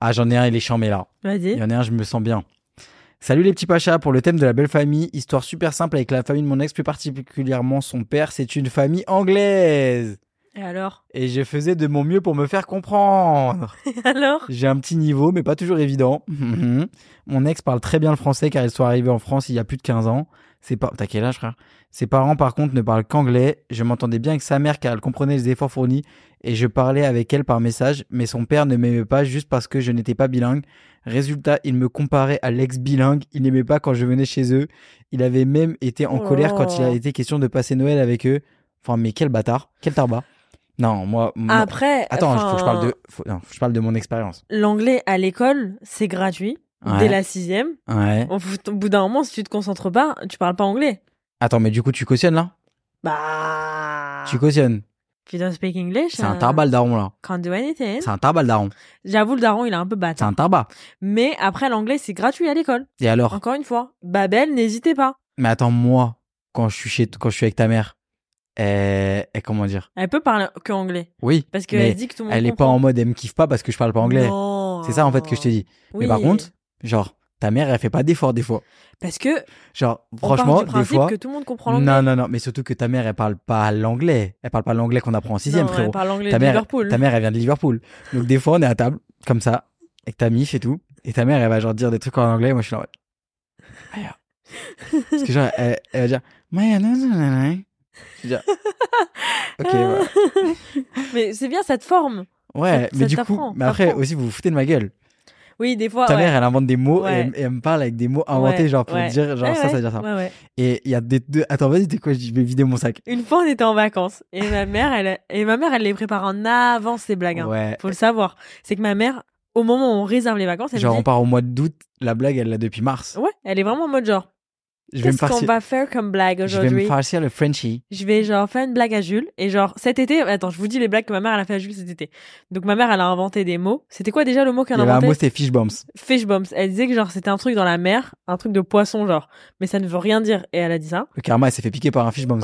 S2: Ah, j'en ai un, il est chambé là. Il
S1: Vas-y.
S2: y en a un, je me sens bien. Salut les petits pachas pour le thème de la belle famille, histoire super simple avec la famille de mon ex, plus particulièrement son père, c'est une famille anglaise.
S1: Et alors
S2: Et je faisais de mon mieux pour me faire comprendre.
S1: Et alors
S2: J'ai un petit niveau, mais pas toujours évident. Mhm. Mon ex parle très bien le français car ils sont arrivés en France il y a plus de 15 ans. Ses par- T'as quel âge, frère Ses parents, par contre, ne parlent qu'anglais. Je m'entendais bien avec sa mère car elle comprenait les efforts fournis et je parlais avec elle par message, mais son père ne m'aimait pas juste parce que je n'étais pas bilingue. Résultat, il me comparait à l'ex bilingue. Il n'aimait pas quand je venais chez eux. Il avait même été en
S1: Oh.
S2: colère quand il a été question de passer Noël avec eux. Enfin, mais quel bâtard, quel tarbat. Non, moi. moi-
S1: Après,
S2: Attends,
S1: enfin,
S2: faut que je parle de, faut- non, faut que je parle de mon expérience.
S1: l'anglais à l'école, c'est gratuit.
S2: Ouais.
S1: Dès la sixième,
S2: Ouais.
S1: au bout- au bout d'un moment, si tu te concentres pas, tu parles pas anglais.
S2: Attends, mais du coup, tu cautionnes là
S1: Bah.
S2: Tu cautionnes.
S1: If you don't speak English.
S2: C'est un
S1: euh,
S2: tarbat le daron là.
S1: Can't do anything.
S2: C'est un tarbat le daron.
S1: J'avoue, le daron, il est un peu
S2: C'est
S1: bâtard.
S2: un tarbat.
S1: Mais après, l'anglais, c'est gratuit à l'école.
S2: Et alors
S1: Encore une fois. Babel, n'hésitez pas.
S2: Mais attends, moi, quand je suis chez, quand je suis avec ta mère, elle, elle- comment dire
S1: Elle peut parler que anglais.
S2: Oui.
S1: Parce
S2: mais
S1: qu'elle dit que tout le monde.
S2: elle est pas en mode, elle me kiffe pas parce que je parle pas anglais. C'est ça en fait que je te dis. Mais par contre, genre, ta mère, elle fait pas d'efforts des fois.
S1: Parce que,
S2: Genre,
S1: on
S2: franchement,
S1: part du
S2: des
S1: principe
S2: fois.
S1: que tout le monde comprend l'anglais.
S2: Non, non, non, mais surtout que ta mère, elle parle pas l'anglais. Elle parle pas l'anglais qu'on apprend en sixième,
S1: Non,
S2: frérot.
S1: Elle parle anglais
S2: ta
S1: de
S2: mère,
S1: Liverpool.
S2: ta mère, elle vient de Liverpool. Donc des fois, on est à table, comme ça, avec ta mif et tout. Et ta mère, elle va genre dire des trucs en anglais. Et moi, je suis là, ouais. Maya. Parce que genre, elle, elle va dire, Maya, nan, nan, nan, nan. hein. Je veux dire, ok, voilà.
S1: Mais c'est bien, ça te forme.
S2: Ouais,
S1: Ça-
S2: mais
S1: ça
S2: du coup,
S1: t'apprend,
S2: mais après
S1: t'apprends.
S2: aussi, vous vous foutez de ma gueule.
S1: Oui, des fois.
S2: ta
S1: ouais.
S2: mère, elle invente des mots et,
S1: Ouais.
S2: elle, et elle me parle avec des mots inventés,
S1: Ouais,
S2: genre pour
S1: ouais.
S2: dire, genre
S1: Ouais,
S2: ça, ça veut dire ça.
S1: Ouais, ouais.
S2: Et il y a des deux. Attends, vas-y, t'es quoi Je dis, je vais vider mon sac.
S1: Une fois, on était en vacances et ma mère, elle, et ma mère, elle les prépare en avance ces blagues. hein.
S2: Ouais.
S1: Faut le savoir. C'est que ma mère, au moment où on réserve les vacances, elle
S2: Genre,
S1: me
S2: on
S1: dit,
S2: part au mois d'août, la blague, elle l'a depuis mars.
S1: ouais, elle est vraiment en mode genre,
S2: Je vais me
S1: qu'est-ce qu'on
S2: farcir.
S1: va faire comme blague
S2: Je vais me
S1: aujourd'hui
S2: farcir le Frenchie.
S1: Je vais genre faire une blague à Jules et genre cet été, attends, je vous dis les blagues que ma mère elle a fait à Jules cet été. Donc ma mère, elle a inventé des mots. C'était quoi déjà le mot
S2: Il
S1: qu'elle
S2: y
S1: a
S2: avait un
S1: inventé
S2: mot, c'était fish bombs.
S1: Fish bombs. Elle disait que genre c'était un truc dans la mer, un truc de poisson genre, mais ça ne veut rien dire. Et elle a dit ça.
S2: Le karma, elle s'est fait piquer par un fish bombs.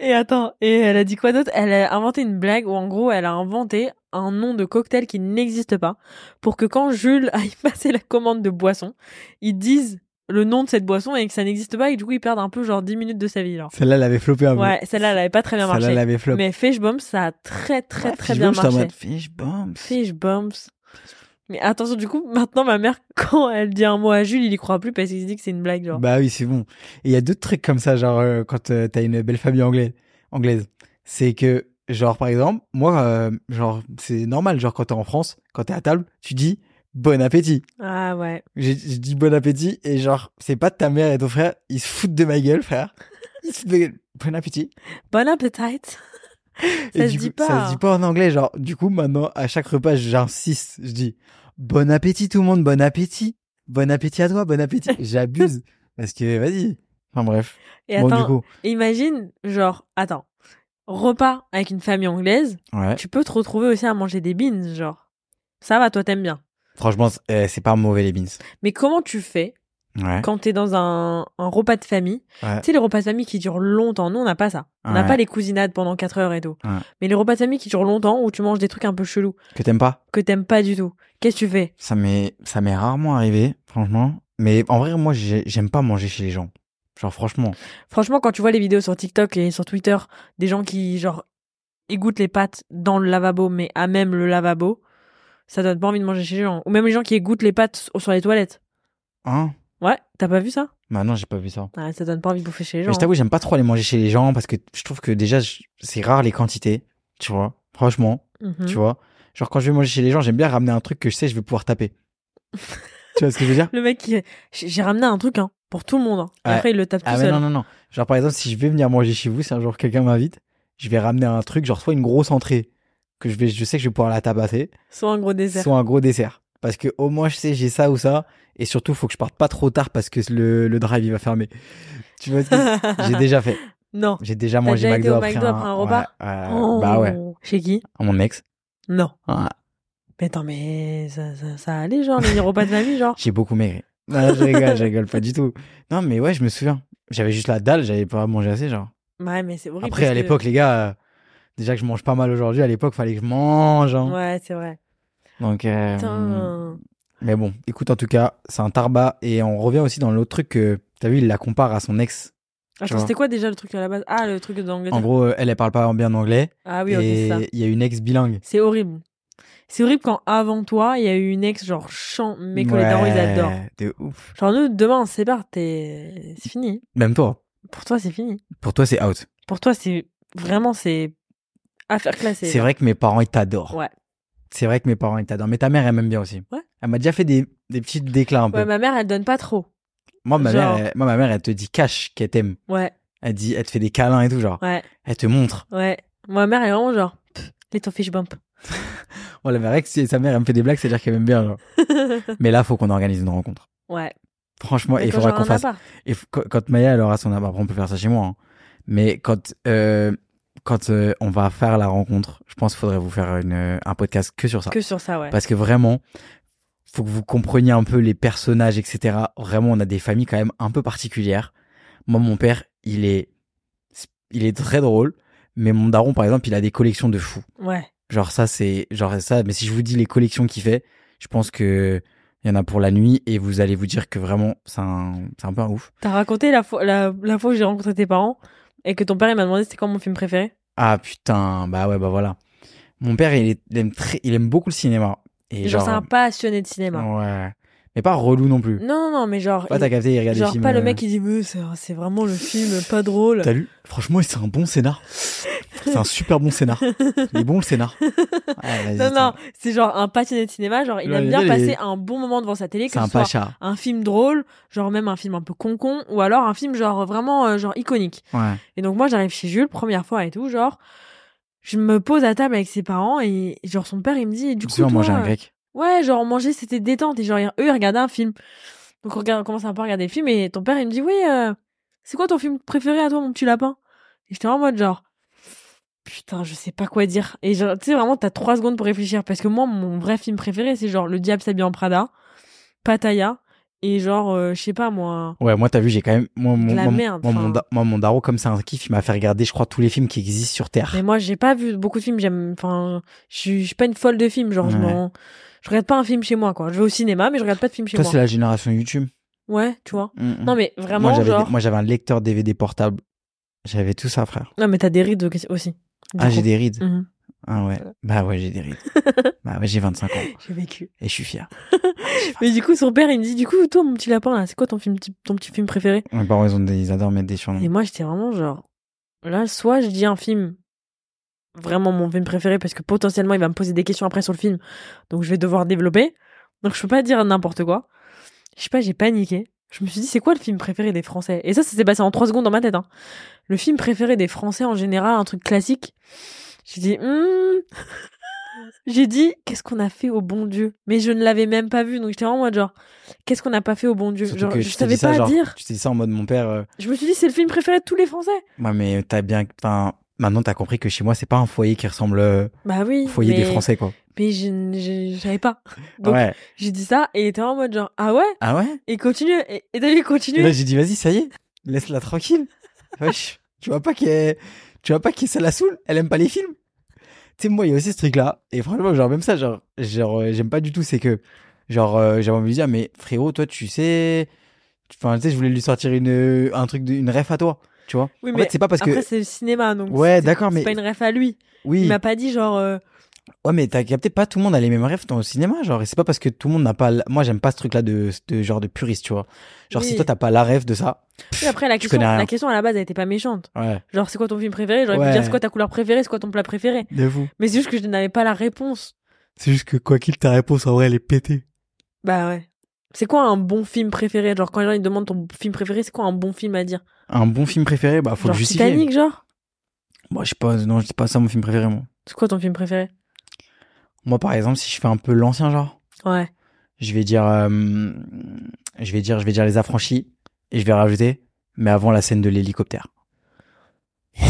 S1: Et attends, et elle a dit quoi d'autre Elle a inventé une blague où en gros elle a inventé un nom de cocktail qui n'existe pas pour que quand Jules aille passer la commande de boisson, ils disent le nom de cette boisson et que ça n'existe pas et que du coup ils perdent un peu genre 10 minutes de sa vie. Genre.
S2: Celle-là, elle avait floppé un peu.
S1: Ouais, celle-là elle avait pas très bien
S2: Ah, Celle-là, elle
S1: marché.
S2: avait flop.
S1: Mais Fish Bombs ça a très très
S2: Ouais,
S1: très
S2: fish
S1: bien
S2: bombs, j'étais en
S1: marché.
S2: mode, Fish bombs.
S1: Fish Bombs. Mais attention, du coup, maintenant ma mère, quand elle dit un mot à Jules, il y croit plus parce qu'il se dit que c'est une blague. Genre.
S2: Bah oui, c'est bon. Et il y a d'autres trucs comme ça, genre euh, quand euh, t'as une belle famille anglaise. anglaise. C'est que, genre, par exemple, moi, euh, genre, c'est normal, genre, quand t'es en France, quand t'es à table, tu dis bon appétit.
S1: Ah ouais.
S2: J'ai- Je dis bon appétit et genre, c'est pas de ta mère et ton frère, ils se foutent de ma gueule, frère. Ils se foutent de ma gueule. Bon appétit.
S1: Bon appétit.
S2: Et
S1: Ça se
S2: du
S1: dit
S2: coup, Ça
S1: pas. hein.
S2: se dit pas en anglais. Genre, du coup, maintenant, à chaque repas, j'insiste. Je dis Bon appétit, tout le monde, bon appétit. Bon appétit à toi, bon appétit. J'abuse. parce que, vas-y. Enfin, bref.
S1: Et
S2: bon,
S1: attends,
S2: du coup.
S1: Imagine, genre, attends, repas avec une famille anglaise,
S2: Ouais.
S1: tu peux te retrouver aussi à manger des beans, genre. Ça va, toi t'aimes bien.
S2: Franchement, c'est- euh, c'est pas mauvais les beans.
S1: Mais comment tu fais
S2: Ouais.
S1: quand t'es dans un, un repas de famille
S2: Ouais.
S1: Tu sais, les repas de famille qui durent longtemps, nous on n'a pas ça. On n'a
S2: Ouais.
S1: pas les cousinades pendant 4 heures et tout.
S2: Ouais.
S1: Mais les repas de famille qui durent longtemps où tu manges des trucs un peu chelous,
S2: Que t'aimes pas
S1: que t'aimes pas du tout. Qu'est-ce que tu fais
S2: Ça m'est ça m'est rarement arrivé, franchement. Mais en vrai, moi, j'ai- j'aime pas manger chez les gens. Genre, franchement.
S1: Franchement, quand tu vois les vidéos sur TikTok et sur Twitter des gens qui, genre, égouttent les pâtes dans le lavabo, mais à même le lavabo, ça donne pas envie de manger chez les gens. Ou même les gens qui égouttent les pâtes sur- sur les toilettes.
S2: Hein
S1: Ouais, t'as pas vu ça
S2: Bah non, j'ai pas vu ça.
S1: Ah, Ça donne pas envie de bouffer chez les gens.
S2: Mais je
S1: hein.
S2: t'avoue, j'aime pas trop aller manger chez les gens parce que je trouve que déjà, je- c'est rare les quantités. Tu vois Franchement,
S1: Mhm.
S2: tu vois Genre, quand je vais manger chez les gens, j'aime bien ramener un truc que je sais je vais pouvoir taper. tu vois ce que je veux dire
S1: Le mec, qui... j'ai j'ai ramené un truc hein, pour tout le monde. hein. Et
S2: Ouais.
S1: Après, il le tape tout
S2: Ah mais
S1: seul.
S2: non non non. Genre par exemple si je vais venir manger chez vous, si un jour quelqu'un m'invite, je vais ramener un truc genre soit une grosse entrée que je vais je sais que je vais pouvoir la tabasser,
S1: Soit un gros dessert.
S2: soit un gros dessert parce que au moins je sais j'ai ça ou ça et surtout faut que je parte pas trop tard parce que le, le drive il va fermer. Tu vois ce que j'ai déjà fait.
S1: non.
S2: J'ai déjà mangé
S1: déjà été
S2: McDo,
S1: au
S2: après,
S1: McDo
S2: un,
S1: après un repas
S2: ouais, euh,
S1: Oh.
S2: Bah ouais,
S1: Chez qui
S2: à mon ex. Ah,
S1: Non.
S2: Ouais.
S1: Mais attends, mais ça, ça, ça allait, genre, les repas de famille, genre.
S2: J'ai beaucoup maigri. Non, je rigole, je rigole pas du tout. Non mais ouais, je me souviens. J'avais juste la dalle, j'avais pas mangé assez genre.
S1: Ouais, mais c'est horrible.
S2: Après,
S1: parce
S2: à
S1: que-
S2: l'époque, les gars, euh, déjà que je mange pas mal aujourd'hui, à l'époque, fallait que je mange. hein.
S1: Ouais, c'est vrai.
S2: Donc, euh,
S1: Putain.
S2: mais bon, écoute, en tout cas, c'est un tarbat. Et on revient aussi dans l'autre truc que, t'as vu, il la compare à son ex.
S1: Attends,
S2: vois.
S1: c'était quoi déjà le truc à la base Ah, le truc d'Angleterre.
S2: En gros, euh, elle, elle parle pas bien anglais.
S1: Ah oui, ok, c'est
S2: et
S1: ça.
S2: il y a une ex bilingue.
S1: C'est horrible. C'est horrible quand avant toi, il y a eu une ex, genre, chant, mais que les darons, ils
S2: Ouais,
S1: adorent.
S2: De ouf.
S1: Genre, nous, demain, on se sépare, t'es. C'est fini.
S2: Même toi.
S1: Pour toi, c'est fini.
S2: Pour toi, c'est out.
S1: Pour toi, c'est. Vraiment, c'est. Affaire classée.
S2: C'est vrai que mes parents, ils t'adorent.
S1: Ouais.
S2: C'est vrai que mes parents, ils t'adorent. Mais ta mère, elle m'aime bien aussi.
S1: Ouais.
S2: Elle m'a déjà fait des, des petits déclats un peu.
S1: Ouais, ma mère, elle donne pas trop.
S2: Moi, ma
S1: genre-
S2: mère, elle, moi, ma mère, elle te dit cash qu'elle t'aime.
S1: Ouais,
S2: Elle dit, elle te fait des câlins et tout, genre.
S1: ouais,
S2: Elle te montre.
S1: ouais. Ma mère, elle est vraiment genre. pff, Les ton fish bump.
S2: Ouais, la vraie, que si sa mère, elle me fait des blagues, c'est-à-dire qu'elle m'aime bien. genre. Mais là, faut qu'on organise une rencontre.
S1: ouais.
S2: Franchement,
S1: Mais
S2: il
S1: quand
S2: faudra
S1: j'aurai
S2: qu'on
S1: un
S2: fasse.
S1: appart.
S2: Et f- quand- quand Maya, elle aura son appart, après, on peut faire ça chez moi. hein. Mais quand, euh, quand euh, on va faire la rencontre, je pense qu'il faudrait vous faire une, un podcast que sur ça.
S1: Que sur ça, ouais.
S2: Parce que vraiment, faut que vous compreniez un peu les personnages, etc. Vraiment, on a des familles quand même un peu particulières. Moi, mon père, il est, il est très drôle. Mais mon daron, par exemple, il a des collections de fous.
S1: Ouais.
S2: Genre ça, c'est genre ça. Mais si je vous dis les collections qu'il fait, je pense que il y en a pour la nuit et vous allez vous dire que vraiment, c'est un, c'est un peu un ouf.
S1: T'as raconté la fois, la, la fois où j'ai rencontré tes parents et que ton père il m'a demandé c'était quoi mon film préféré
S2: Ah putain, bah ouais, bah voilà. Mon père, il, est- il aime très, il aime beaucoup le cinéma et
S1: Et Genre,
S2: genre,
S1: c'est un passionné de cinéma.
S2: ouais, mais pas relou non plus.
S1: Non, non, non, mais genre.
S2: Pas
S1: il-
S2: t'as capté, il regarde des
S1: genre,
S2: films.
S1: pas le
S2: euh,
S1: mec qui dit, mais c'est c'est vraiment le film pas drôle.
S2: T'as lu Franchement, c'est un bon scénar. c'est un super bon scénar. Il est bon le scénar. Ouais, vas-y,
S1: Non,
S2: tiens.
S1: non, c'est genre un passionné de cinéma, genre il
S2: Genre,
S1: aime
S2: il
S1: bien
S2: est-
S1: passer un bon moment devant sa télé, que
S2: C'est
S1: ce
S2: un
S1: soit
S2: pacha.
S1: un film drôle, genre même un film un peu concon, ou alors un film genre vraiment euh, genre iconique.
S2: Ouais.
S1: Et donc moi j'arrive chez Jules, première fois et tout, genre je me pose à table avec ses parents et genre son père il me dit du coup
S2: Souvent,
S1: toi, euh,
S2: manger un grec.
S1: ouais genre manger c'était détente et genre ils- eux ils regardaient un film. Donc on, regarde, on commence un peu à regarder le film et ton père il me dit oui euh, c'est quoi ton film préféré à toi mon petit lapin Et j'étais en mode genre putain je sais pas quoi dire et genre tu sais vraiment t'as trois secondes pour réfléchir parce que moi mon vrai film préféré c'est genre Le Diable s'habille en Prada, Pattaya et genre euh, je sais pas moi
S2: Ouais, moi, t'as vu, j'ai quand même. Moi, mon,
S1: la
S2: moi,
S1: merde,
S2: moi,
S1: enfin.
S2: mon, da- moi, mon daro, comme c'est un kiff, il m'a fait regarder, je crois, tous les films qui existent sur Terre.
S1: Mais moi, j'ai pas vu beaucoup de films. J'aime, enfin, je suis- je suis pas une folle de films. Genre, je
S2: Ouais.
S1: m'en- je regarde pas un film chez moi, quoi. Je vais au cinéma, mais je regarde pas de film chez
S2: Toi,
S1: moi.
S2: c'est la génération YouTube.
S1: Ouais, tu vois.
S2: Mm, mm.
S1: Non, mais vraiment,
S2: moi, j'avais,
S1: genre.
S2: moi, j'avais un lecteur DVD portable. J'avais tout ça, frère.
S1: Non, mais t'as des rides au- aussi. du
S2: Ah, j'ai
S1: coup.
S2: des rides.
S1: Mhm.
S2: Ah ouais. Bah ouais, j'ai des rides. bah ouais, j'ai 25 ans.
S1: J'ai vécu.
S2: Et je suis fier.
S1: Mais du coup, son père, il me dit, du coup, toi, mon petit lapin, là, c'est quoi ton film, petit- ton petit film préféré
S2: Mes parents, ils, ont des- ils adorent mettre des surnoms.
S1: Et moi, j'étais vraiment genre, là, soit je dis un film, vraiment mon film préféré, parce que potentiellement, il va me poser des questions après sur le film, donc je vais devoir développer. Donc je peux pas dire n'importe quoi. Je sais pas, j'ai paniqué. Je me suis dit, c'est quoi le film préféré des Français Et ça, ça s'est passé en trois secondes dans ma tête. Hein. Le film préféré des Français en général, un truc classique. J'ai dit, hmm. j'ai dit, qu'est-ce qu'on a fait au bon Dieu Mais je ne l'avais même pas vu, donc j'étais en mode genre, qu'est-ce qu'on n'a pas fait au bon Dieu
S2: Surtout
S1: Genre,
S2: que
S1: je
S2: t'ai
S1: savais
S2: dit ça,
S1: pas
S2: genre,
S1: dire.
S2: Tu t'es dit ça en mode mon père. euh,
S1: Je me suis dit, c'est le film préféré de tous les Français.
S2: Ouais, mais t'as bien. Enfin, maintenant, t'as compris que chez moi, c'est pas un foyer qui ressemble euh,
S1: Bah oui.
S2: au foyer
S1: mais...
S2: des Français, quoi.
S1: mais je n- je je savais pas. Donc
S2: ouais.
S1: j'ai dit ça et il était en mode genre ah ouais
S2: Ah ouais
S1: et continue et et t'as vu
S2: Et là,
S1: continue.
S2: j'ai dit, vas-y, ça y est, laisse-la tranquille. Wesh, tu vois pas qu'elle, tu vois pas que ça la saoule. Elle aime pas les films. Tu sais, moi, il y a aussi ce truc-là. Et franchement, genre, même ça, genre, genre, euh, j'aime pas du tout. C'est que, genre, euh, j'avais envie de lui dire, mais frérot, toi, tu sais, enfin, tu sais, je voulais lui sortir une, euh, un truc, de- une ref à toi. Tu vois
S1: Oui
S2: En
S1: mais
S2: fait, c'est pas parce
S1: après
S2: que.
S1: c'est le cinéma donc.
S2: Ouais,
S1: c'est-
S2: d'accord,
S1: c'est
S2: mais-
S1: pas une ref à lui. Il
S2: Oui,
S1: m'a pas dit genre euh,
S2: ouais, mais t'as capté, pas tout le monde a les mêmes rêves dans le cinéma. Genre, et c'est pas parce que tout le monde n'a pas. la- Moi, j'aime pas ce truc-là de, de genre de puriste, tu vois. Genre,
S1: Oui.
S2: si toi, t'as pas la rêve de ça.
S1: oui, après la
S2: tu
S1: question
S2: connais rien.
S1: la question à la base elle était pas méchante.
S2: Ouais,
S1: Genre c'est quoi ton film préféré j'aurais
S2: Ouais.
S1: pu dire c'est quoi ta couleur préférée c'est quoi ton plat préféré.
S2: de vous.
S1: Mais c'est juste que je n'avais pas la réponse.
S2: C'est juste que quoi qu'il ta réponse en vrai elle est pétée.
S1: Bah ouais. C'est quoi un bon film préféré Genre quand les gens ils te demandent ton film préféré, c'est quoi un bon film à dire
S2: Un bon film préféré, bah faut
S1: Genre
S2: le justifier.
S1: Titanic, genre
S2: Moi je sais pas, non, c'est pas ça mon film préféré moi.
S1: C'est quoi ton film préféré
S2: Moi par exemple, si je fais un peu l'ancien genre,
S1: Ouais.
S2: je vais dire euh, je vais dire je vais dire les affranchis et je vais rajouter mais avant la scène de l'hélicoptère.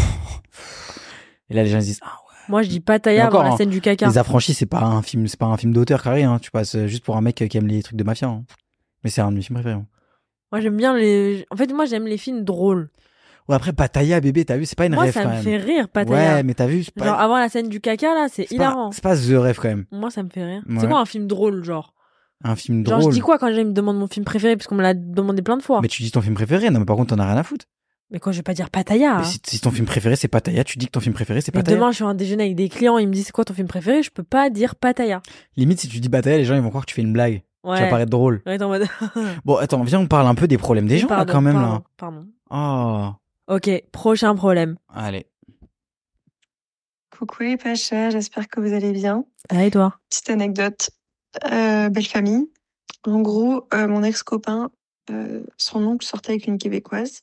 S2: et là les gens se disent ah ouais.
S1: Moi je dis Pattaya
S2: Mais
S1: avant
S2: encore,
S1: la
S2: hein,
S1: scène du caca.
S2: Les affranchis c'est pas un film c'est pas un film d'auteur carré hein, tu passes euh, juste pour un mec euh, qui aime les trucs de mafia. hein. Mais c'est un de mes films préférés. hein. moi.
S1: Moi j'aime bien les. En fait, moi j'aime les films drôles.
S2: Ouais après Pataya bébé, t'as vu, c'est pas une
S1: Moi
S2: rêve
S1: ça
S2: quand
S1: me
S2: même.
S1: fait rire, Pattaya.
S2: ouais, mais t'as vu, c'est
S1: Genre
S2: pas
S1: avant la scène du caca là, c'est
S2: c'est pas-
S1: hilarant.
S2: c'est pas the rêve quand même.
S1: Moi ça me fait rire.
S2: Ouais.
S1: C'est quoi un film drôle, genre
S2: Un film drôle.
S1: Genre je dis quoi quand les gens ils me demandent mon film préféré parce qu'on me l'a demandé plein de fois
S2: Mais
S1: Mais,
S2: tu dis ton film préféré, non mais par contre t'en as rien à foutre.
S1: quoi, je vais pas dire Pattaya. hein.
S2: Mais si, si ton film préféré c'est Pattaya, tu dis que ton film préféré c'est
S1: Mais
S2: Pattaya.
S1: demain je suis à un déjeuner avec des clients, ils me disent c'est quoi ton film préféré, je peux pas dire Pattaya.
S2: Limite si tu dis Pattaya, les gens ils vont croire que tu fais une blague. Tu vas
S1: Ouais.
S2: paraître drôle.
S1: Ouais, t'es en mode.
S2: Bon attends, viens on parle un peu des problèmes des gens là
S1: Pardon,
S2: quand même
S1: pardon, pardon.
S2: là.
S1: Ok, prochain problème.
S2: Oh, allez.
S5: Coucou les Pachas, j'espère que vous allez bien.
S1: Allez, Ah, toi.
S5: Petite anecdote, euh, belle famille. En gros, euh, mon ex-copain, euh, son oncle sortait avec une Québécoise.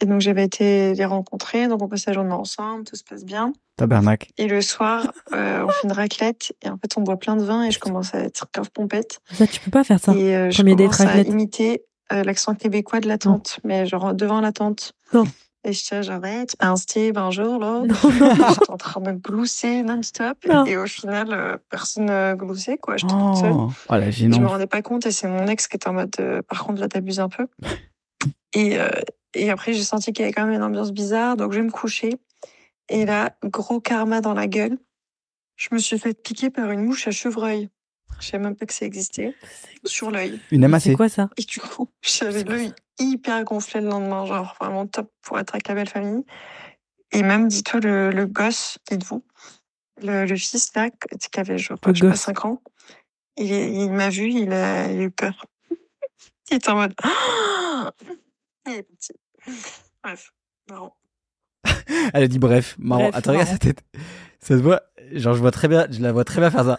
S5: Et donc j'avais été les rencontrer, donc on passe la journée ensemble, tout se passe bien.
S2: Tabarnak.
S5: Et le soir, euh, on fait une raclette, et en fait on boit plein de vin, et je commence à être grave pompette.
S1: Ça, tu peux pas faire ça.
S5: et euh, je
S1: premier date
S5: commence à
S1: raclette.
S5: imiter euh, l'accent québécois de la tante, mais genre devant la tante.
S1: Non.
S5: Et je suis genre, ouais, tu peux ben, un style, bonjour, là.
S1: Non, non.
S5: J'étais en train de glousser non-stop.
S1: Non.
S5: Et au final, euh, personne ne gloussait, quoi. J'étais toute seule.
S2: Oh, oh la
S5: Je me
S2: gênante.
S5: rendais pas compte et c'est mon ex qui était en mode euh, par contre là t'abuses un peu. et, euh, et après j'ai senti qu'il y avait quand même une ambiance bizarre donc je vais me coucher. Et là, gros karma dans la gueule. Je me suis fait piquer par une mouche à chevreuil. Je savais même pas que ça existait. Sur l'œil.
S2: Une amassée.
S1: C'est quoi ça
S5: Et du coup, j'avais
S1: C'est quoi
S5: l'œil hyper gonflé le lendemain, genre vraiment top pour être avec la belle famille. Et même, dis-toi, le, le gosse, dites-vous, le, le fils là, que- qui avait genre,
S1: Le
S5: je sais pas,
S1: gosse.
S5: 5 ans, il, est- il m'a vu, il a, il a eu peur. Il était en mode. Ah il est parti. Bref, marrant.
S2: Elle a dit bref, marrant.
S1: Bref,
S2: attends, regarde
S1: marrant.
S2: sa tête. Ça se voit, genre je vois très bien, je la vois très bien faire ça.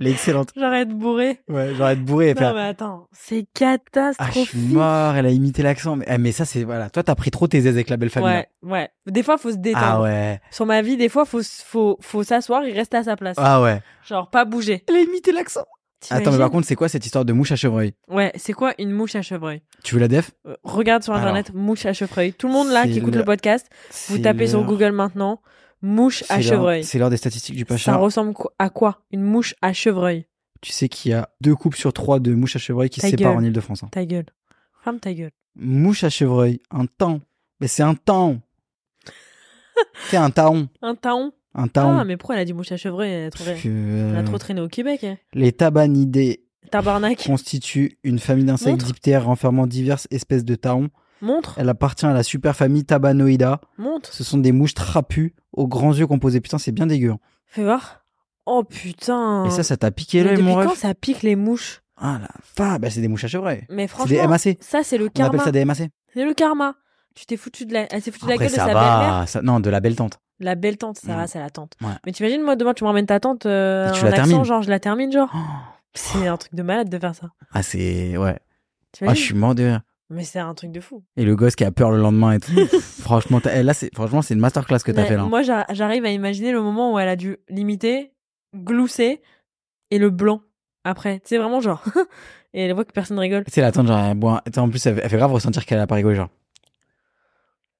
S2: Elle est excellente.
S1: J'arrête bourré.
S2: Ouais, genre être bourrée et
S1: Non,
S2: faire.
S1: mais attends, c'est
S2: Ah, je suis
S1: catastrophique.
S2: mort, elle a imité l'accent. Mais, ah, mais ça, c'est. Voilà. Toi, t'as pris trop tes aises avec la belle famille. là.
S1: ouais, ouais. Des fois, faut se
S2: Ah
S1: détendre.
S2: ouais.
S1: Sur ma vie, des fois, faut, s- faut, faut s'asseoir et rester à sa place.
S2: Ah ouais.
S1: Genre, pas bouger.
S2: Elle a imité l'accent. Attends, mais par contre, c'est quoi cette histoire de mouche à chevreuil
S1: Ouais, c'est quoi une mouche à chevreuil
S2: Tu veux la def
S1: Euh, Regarde sur
S2: Alors.
S1: internet, mouche à chevreuil. Tout le monde là
S2: C'est
S1: qui écoute
S2: le-
S1: le podcast, vous
S2: C'est
S1: tapez sur
S2: l'heure-
S1: Google maintenant, mouche à
S2: c'est l'heure-
S1: chevreuil.
S2: C'est l'heure des statistiques du Pacha.
S1: Ça ressemble qu- à quoi Une mouche à chevreuil.
S2: Tu sais qu'il y a deux couples sur trois de mouches à chevreuil qui se
S1: Ta
S2: séparent en
S1: gueule.
S2: Ile-de-France. hein.
S1: Ta gueule. Ferme ta gueule.
S2: Mouche à chevreuil, un temps. Mais c'est un temps. c'est un taon.
S1: Un taon.
S2: Un taon.
S1: Ah, mais pourquoi elle a dit mouche à chevreuil Elle a trop,
S2: Parce que, euh,
S1: elle a trop traîné au Québec. hein.
S2: les tabanidés
S1: Tabarnak.
S2: constituent une famille d'insectes
S1: Montre.
S2: diptères renfermant diverses espèces de taons.
S1: Montre,
S2: Elle appartient à la superfamille Tabanoida.
S1: montre.
S2: Ce sont des mouches trapues aux grands yeux composés. Putain, c'est bien dégueu. hein.
S1: Fais voir. Oh putain.
S2: Et ça, ça t'a piqué
S1: Mais
S2: l'œil,
S1: depuis
S2: mon
S1: quand
S2: ref
S1: ça pique les mouches
S2: Ah la fa, bah, c'est des mouches à chevreuil.
S1: Mais
S2: C'est des
S1: franchement,
S2: MAC.
S1: ça c'est le
S2: On appelle
S1: karma.
S2: ça des MAC.
S1: C'est le karma. Tu t'es foutu de la, elle s'est foutu de la
S2: Après,
S1: gueule de
S2: ça
S1: sa belle-mère.
S2: va. ça- Non, de la belle tante.
S1: La belle tante, Sarah,
S2: Mm.
S1: c'est la tante.
S2: Ouais.
S1: Mais t'imagines, moi demain tu me ramènes ta tante, euh,
S2: Et tu
S1: un
S2: la
S1: accent,
S2: termines.
S1: genre je la termine, genre.
S2: Oh,
S1: C'est un truc de malade de faire ça.
S2: ah, c'est. Ouais. Ah, je
S1: T'imagines
S2: suis mort de rire.
S1: Mais c'est un truc de fou.
S2: Et le gosse qui a peur le lendemain et tout. franchement, t'as- eh, là, c'est franchement, c'est une masterclass que t'as
S1: Mais
S2: fait là. hein.
S1: Moi, j'a- j'arrive à imaginer le moment où elle a dû limiter, glousser et le blanc après. Tu sais, vraiment genre. et elle voit que personne rigole.
S2: C'est la tante, genre, elle boit un- Attends, en plus, elle, elle fait grave ressentir qu'elle a pas rigolé, genre.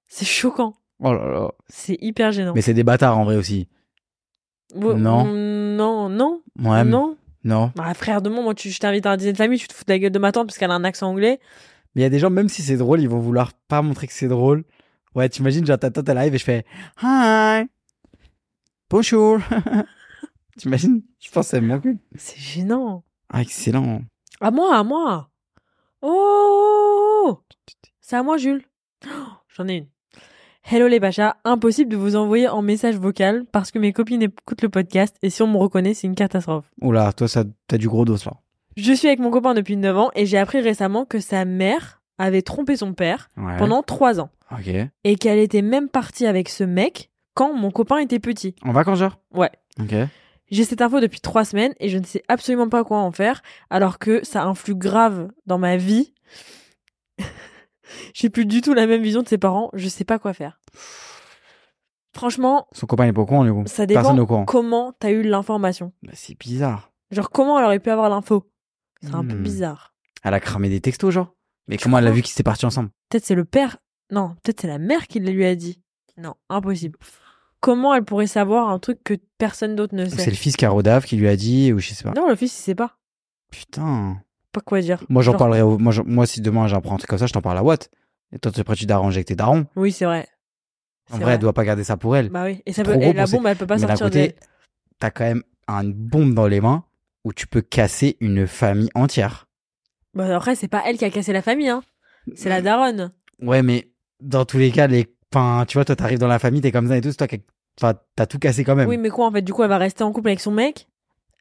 S1: C'est choquant.
S2: Oh là là.
S1: C'est hyper gênant.
S2: Mais c'est des bâtards en vrai aussi.
S1: Ouais,
S2: non.
S1: mm, Non, non, non,
S2: Ouais, mais-
S1: non.
S2: non.
S1: Bah, frère de mon, moi, tu, je t'invite à un dîner de famille, tu te fous de la gueule de ma tante parce qu'elle a un accent anglais.
S2: Mais il y a des gens, même si c'est drôle, ils vont vouloir pas montrer que c'est drôle. Ouais, t'imagines, genre ta tante, elle arrive et je fais Hi, bonjour. t'imagines Je pense que ça me manque.
S1: C'est gênant.
S2: Ah, excellent.
S1: À moi, à moi. Oh, oh, oh. C'est à moi, Jules. Oh, J'en ai une. Hello les Pachas, impossible de vous envoyer en message vocal parce que mes copines écoutent le podcast et si on me reconnaît, c'est une catastrophe.
S2: Oula, toi, ça, t'as du gros dos là.
S1: Je suis avec mon copain depuis 9 ans et j'ai appris récemment que sa mère avait trompé son père
S2: Ouais.
S1: pendant 3 ans
S2: Ok.
S1: et qu'elle était même partie avec ce mec quand mon copain était petit.
S2: En vacances, genre
S1: Ouais.
S2: Ok.
S1: J'ai cette info depuis 3 semaines et je ne sais absolument pas quoi en faire alors que ça influe grave dans ma vie. j'ai plus du tout la même vision de ses parents, je sais pas quoi faire. Franchement,
S2: Son copain n'est pas au courant, du coup.
S1: ça
S2: Personne n'est
S1: dépend
S2: au courant.
S1: comment t'as eu l'information.
S2: Bah, c'est bizarre.
S1: Genre comment elle aurait pu avoir l'info. C'est un peu
S2: Hmm.
S1: bizarre.
S2: Elle a cramé des textos, genre. Mais comment elle a
S1: crois
S2: vu qu'ils étaient partis ensemble
S1: Peut-être c'est le père. Non, peut-être c'est la mère qui le lui a dit. Non, impossible. Comment elle pourrait savoir un truc que personne d'autre ne
S2: Ou C'est
S1: sait
S2: le fils Carodave qui lui a dit, ou je sais pas.
S1: Non, le fils, il sait pas.
S2: Putain.
S1: Pas quoi dire.
S2: Moi, j'en
S1: Genre-
S2: parlerai. au- Moi, j'en- moi, si demain j'apprends un truc comme ça, je t'en parle à Watt. Et toi, tu prêt, tu d'arranger avec tes darons.
S1: Oui, c'est vrai.
S2: En
S1: C'est
S2: vrai, elle doit pas garder ça pour elle.
S1: Bah oui. Et, ça
S2: Trop
S1: peut... et
S2: gros
S1: la
S2: pour ses-
S1: bombe, elle peut pas
S2: Mais d'un
S1: sortir
S2: côté,
S1: de.
S2: t'as quand même une bombe dans les mains où tu peux casser une famille entière.
S1: Bah après, c'est pas elle qui a cassé la famille, hein. C'est la daronne.
S2: Ouais, mais dans tous les cas, les. Enfin, tu vois, toi, t'arrives dans la famille, t'es comme ça et tout, c'est toi qui. Enfin, t'as tout cassé quand même.
S1: Oui, mais quoi, en fait, du coup, elle va rester en couple avec son mec,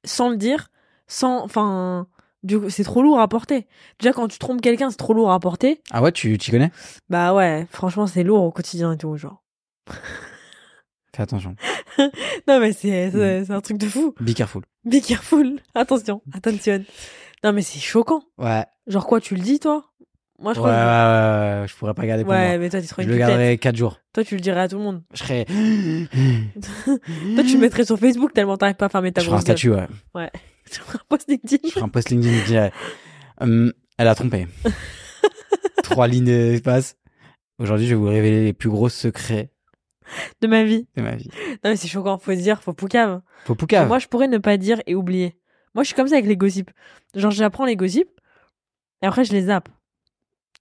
S1: sans le dire, sans. Enfin. Du coup, c'est trop lourd à porter. Déjà, quand tu trompes quelqu'un, c'est trop lourd à porter.
S2: Ah ouais, tu t'y connais
S1: Bah ouais, franchement, c'est lourd au quotidien et tout, genre.
S2: Fais attention.
S1: Non, mais c'est-
S2: Mm.
S1: c'est c'est un truc de fou.
S2: Be careful.
S1: Be careful. Attention, attention. Non, mais c'est choquant.
S2: Ouais.
S1: Genre quoi, tu le dis, toi Moi, je crois
S2: ouais, ouais,
S1: que-
S2: ouais, ouais, je pourrais pas garder pour
S1: Ouais,
S2: moi.
S1: mais toi, t'es trop
S2: Je
S1: une
S2: le
S1: pipette.
S2: garderai 4 jours.
S1: Toi, tu le dirais à tout le monde.
S2: Je serais.
S1: Toi, tu le mettrais sur Facebook tellement t'arrives pas à fermer ta
S2: Mm. Je ferai un
S1: grosse gueule.
S2: statut, ouais.
S1: Tu feras un post LinkedIn.
S2: Je ferai un post LinkedIn qui dirait, Hum, Elle a trompé. Trois lignes d'espace. Aujourd'hui, je vais vous révéler les plus gros secrets
S1: de ma vie.
S2: de ma vie.
S1: Non, mais c'est choquant, faut dire, faut poucave.
S2: Faut poucave.
S1: Moi, je pourrais ne pas dire et oublier. Moi, je suis comme ça avec les gossips. Genre, j'apprends les gossips et après, je les zappe.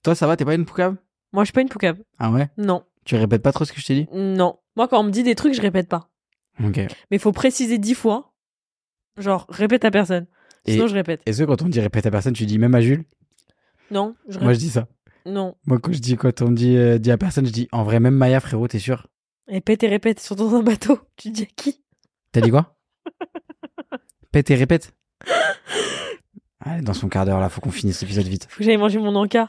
S2: Toi, ça va T'es pas une poucave
S1: Moi, je suis pas une poucave.
S2: Ah ouais
S1: Non,
S2: Tu répètes pas trop ce que je t'ai dit
S1: non. Moi, quand on me dit des trucs, je répète pas.
S2: Ok.
S1: Mais faut préciser dix fois. Genre, répète à personne.
S2: Et-
S1: Sinon, je répète.
S2: Et ce, quand on dit répète à personne, tu dis même à Jules
S1: Non, je
S2: Moi,
S1: répète.
S2: je dis ça.
S1: Non.
S2: Moi, quand je dis, quand on me dit, euh, dit à personne, je dis en vrai, même Maya, frérot, t'es sûr
S1: Et pète et répète, sur dans un bateau. Tu dis à qui
S2: T'as dit quoi Pète et répète. Allez, dans son quart d'heure, là, faut qu'on finisse l'épisode vite.
S1: Faut que j'aille manger mon encas.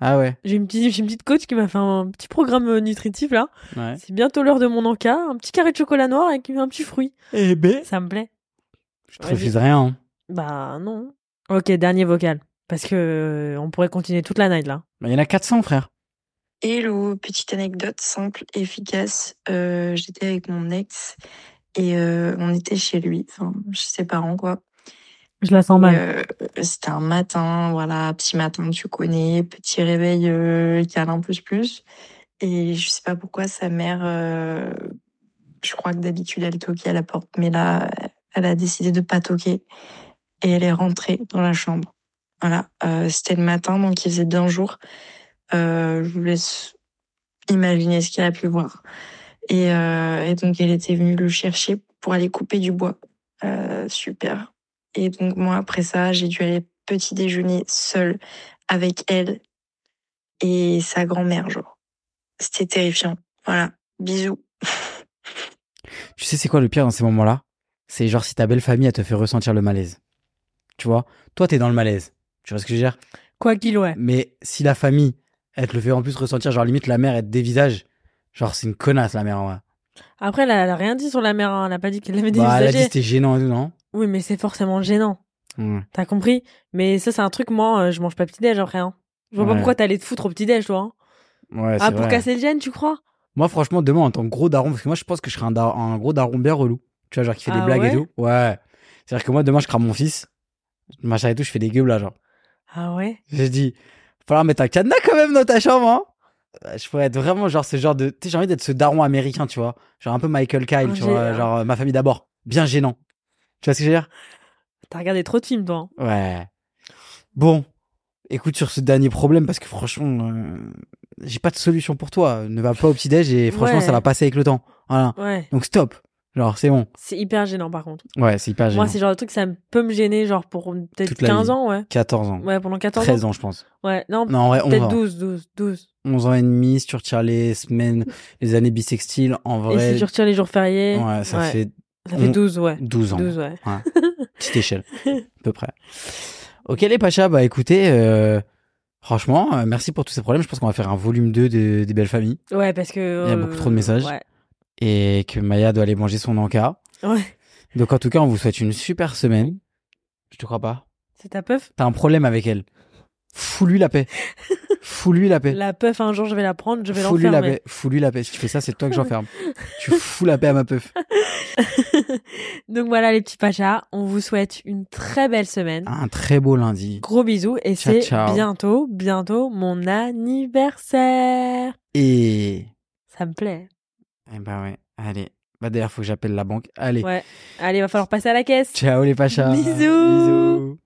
S2: Ah ouais
S1: J'ai une petite, j'ai une petite coach qui m'a fait un petit programme euh, nutritif là.
S2: Ouais.
S1: C'est bientôt l'heure de mon encas, un petit carré de chocolat noir avec un petit fruit.
S2: Eh ben
S1: Ça me plaît.
S2: Je te
S1: Vas-y.
S2: refuse rien. hein.
S1: Bah non. Ok, dernier vocal. Parce que euh, on pourrait continuer toute la night là.
S2: Bah, Il y en a 400, frère.
S5: Hello, petite anecdote simple, efficace. Euh, J'étais avec mon ex et euh, on était chez lui, enfin, chez ses parents, quoi.
S1: Je la sens
S5: Et, euh, C'était un matin, voilà, petit matin, tu connais, petit réveil euh, câlin plus plus. Et je sais pas pourquoi sa mère, euh, je crois que d'habitude elle toquait à la porte, mais là, elle a décidé de pas toquer et elle est rentrée dans la chambre. Voilà, euh, c'était le matin, donc il faisait d'un jour. Euh, je vous laisse imaginer ce qu'elle a pu voir. Et, euh, et donc elle était venue le chercher pour aller couper du bois. Euh, super. Et donc moi, après ça, j'ai dû aller petit déjeuner seule avec elle et sa grand-mère, genre. C'était terrifiant. Voilà. Bisous.
S2: Tu sais, c'est quoi le pire dans ces moments-là C'est genre si ta belle famille, elle te fait ressentir le malaise. Tu vois Toi, t'es dans le malaise. Tu vois ce que je veux dire
S1: Quoi qu'il ouais.
S2: Mais si la famille, elle te le fait en plus ressentir, genre limite la mère, elle te dévisage. Genre, c'est une connasse, la mère, en vrai.
S1: Après, elle a, elle a rien dit sur la mère. hein. Elle a pas dit qu'elle l'avait
S2: Bah, elle a dit
S1: dévisagée.
S2: c'était gênant et tout, non
S1: Oui, mais c'est forcément gênant.
S2: Ouais.
S1: T'as compris Mais ça, c'est un truc. Moi, euh, je mange pas petit déj après. hein. Je vois pas
S2: Ouais.
S1: pourquoi t'allais te foutre au petit déj, toi. hein.
S2: Ouais,
S1: ah,
S2: c'est
S1: pour
S2: vrai.
S1: casser le gène, tu crois
S2: Moi, franchement, demain, en tant que gros daron, parce que moi, je pense que je serai un, dar- un gros daron bien relou. Tu vois, genre, qui fait
S1: Ah
S2: des blagues
S1: ouais
S2: et tout. Ouais. C'est-à-dire que moi, demain, je crame mon fils. Machin et tout, je fais des gueules, là, genre.
S1: Ah ouais.
S2: J'ai dit, falloir mettre un cadenas quand même dans ta chambre, hein. Euh, Je pourrais être vraiment genre ce genre de. Tu sais, j'ai envie d'être ce daron américain, tu vois. Genre un peu Michael Kyle,
S1: Ah,
S2: tu
S1: j'ai-
S2: vois. Genre euh, ma famille d'abord. Bien gênant. Tu vois ce que je veux dire
S1: T'as regardé trop de films, toi. hein.
S2: Ouais. Bon, écoute sur ce dernier problème parce que franchement, euh, j'ai pas de solution pour toi. Ne va pas au petit-déj et franchement,
S1: Ouais.
S2: ça va passer avec le temps. Voilà.
S1: Ouais.
S2: Donc stop. Genre, c'est bon.
S1: C'est hyper gênant, par contre.
S2: Ouais, c'est hyper gênant.
S1: Moi, c'est le genre de truc, ça me- peut me gêner, genre pour peut-être
S2: Toute la
S1: 15
S2: vie.
S1: ans, ouais.
S2: 14 ans.
S1: Ouais, pendant 14 ans.
S2: 13 ans, je pense.
S1: Ouais, non,
S2: Non, ouais, 11
S1: peut-être
S2: ans.
S1: 12, 12, 12.
S2: 11 ans et demi, si tu retires les semaines, les années bissextiles, en
S1: Et
S2: vrai.
S1: si tu retires les jours fériés,
S2: ouais, ça
S1: ouais.
S2: fait
S1: ça fait
S2: on-
S1: 12, ouais.
S2: 12 Mm. ans.
S1: 12, ouais.
S2: Petite échelle, à peu près. Ok, les Pachas, bah écoutez, euh, franchement, euh, merci pour tous ces problèmes. Je pense qu'on va faire un volume 2 de- des belles familles.
S1: Ouais, parce que.
S2: Il y a
S1: euh,
S2: beaucoup trop de messages.
S1: Ouais.
S2: et que Maya doit aller manger son encas.
S1: Ouais.
S2: Donc en tout cas, on vous souhaite une super semaine. Je te crois pas.
S1: C'est ta puff
S2: T'as un problème avec elle. Fous-lui la paix. Fous-lui la paix.
S1: La puff, un jour, je vais la prendre, je vais
S2: Fous-lui la
S1: l'enfermer.
S2: paix. Fous-lui la paix. Si tu fais ça, c'est toi que j'enferme. tu fous la paix à ma peuf.
S1: Donc voilà, les petits pachas, on vous souhaite une très belle semaine.
S2: Un très beau lundi.
S1: Gros bisous et
S2: Ah. Ciao,
S1: c'est
S2: ciao.
S1: bientôt, bientôt mon anniversaire.
S2: Et...
S1: Ça me plaît.
S2: Eh ben ouais. Allez. Bah d'ailleurs, faut que j'appelle la banque. Allez.
S1: Ouais. Allez, va falloir passer à la caisse.
S2: Ciao les pachas.
S1: Bisous.
S2: Bisous.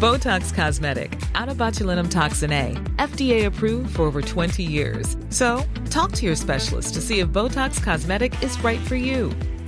S6: Botox Cosmetic, out of botulinum toxin A, FDA approved for over 20 years. So, talk to your specialist to see if Botox Cosmetic is right for you.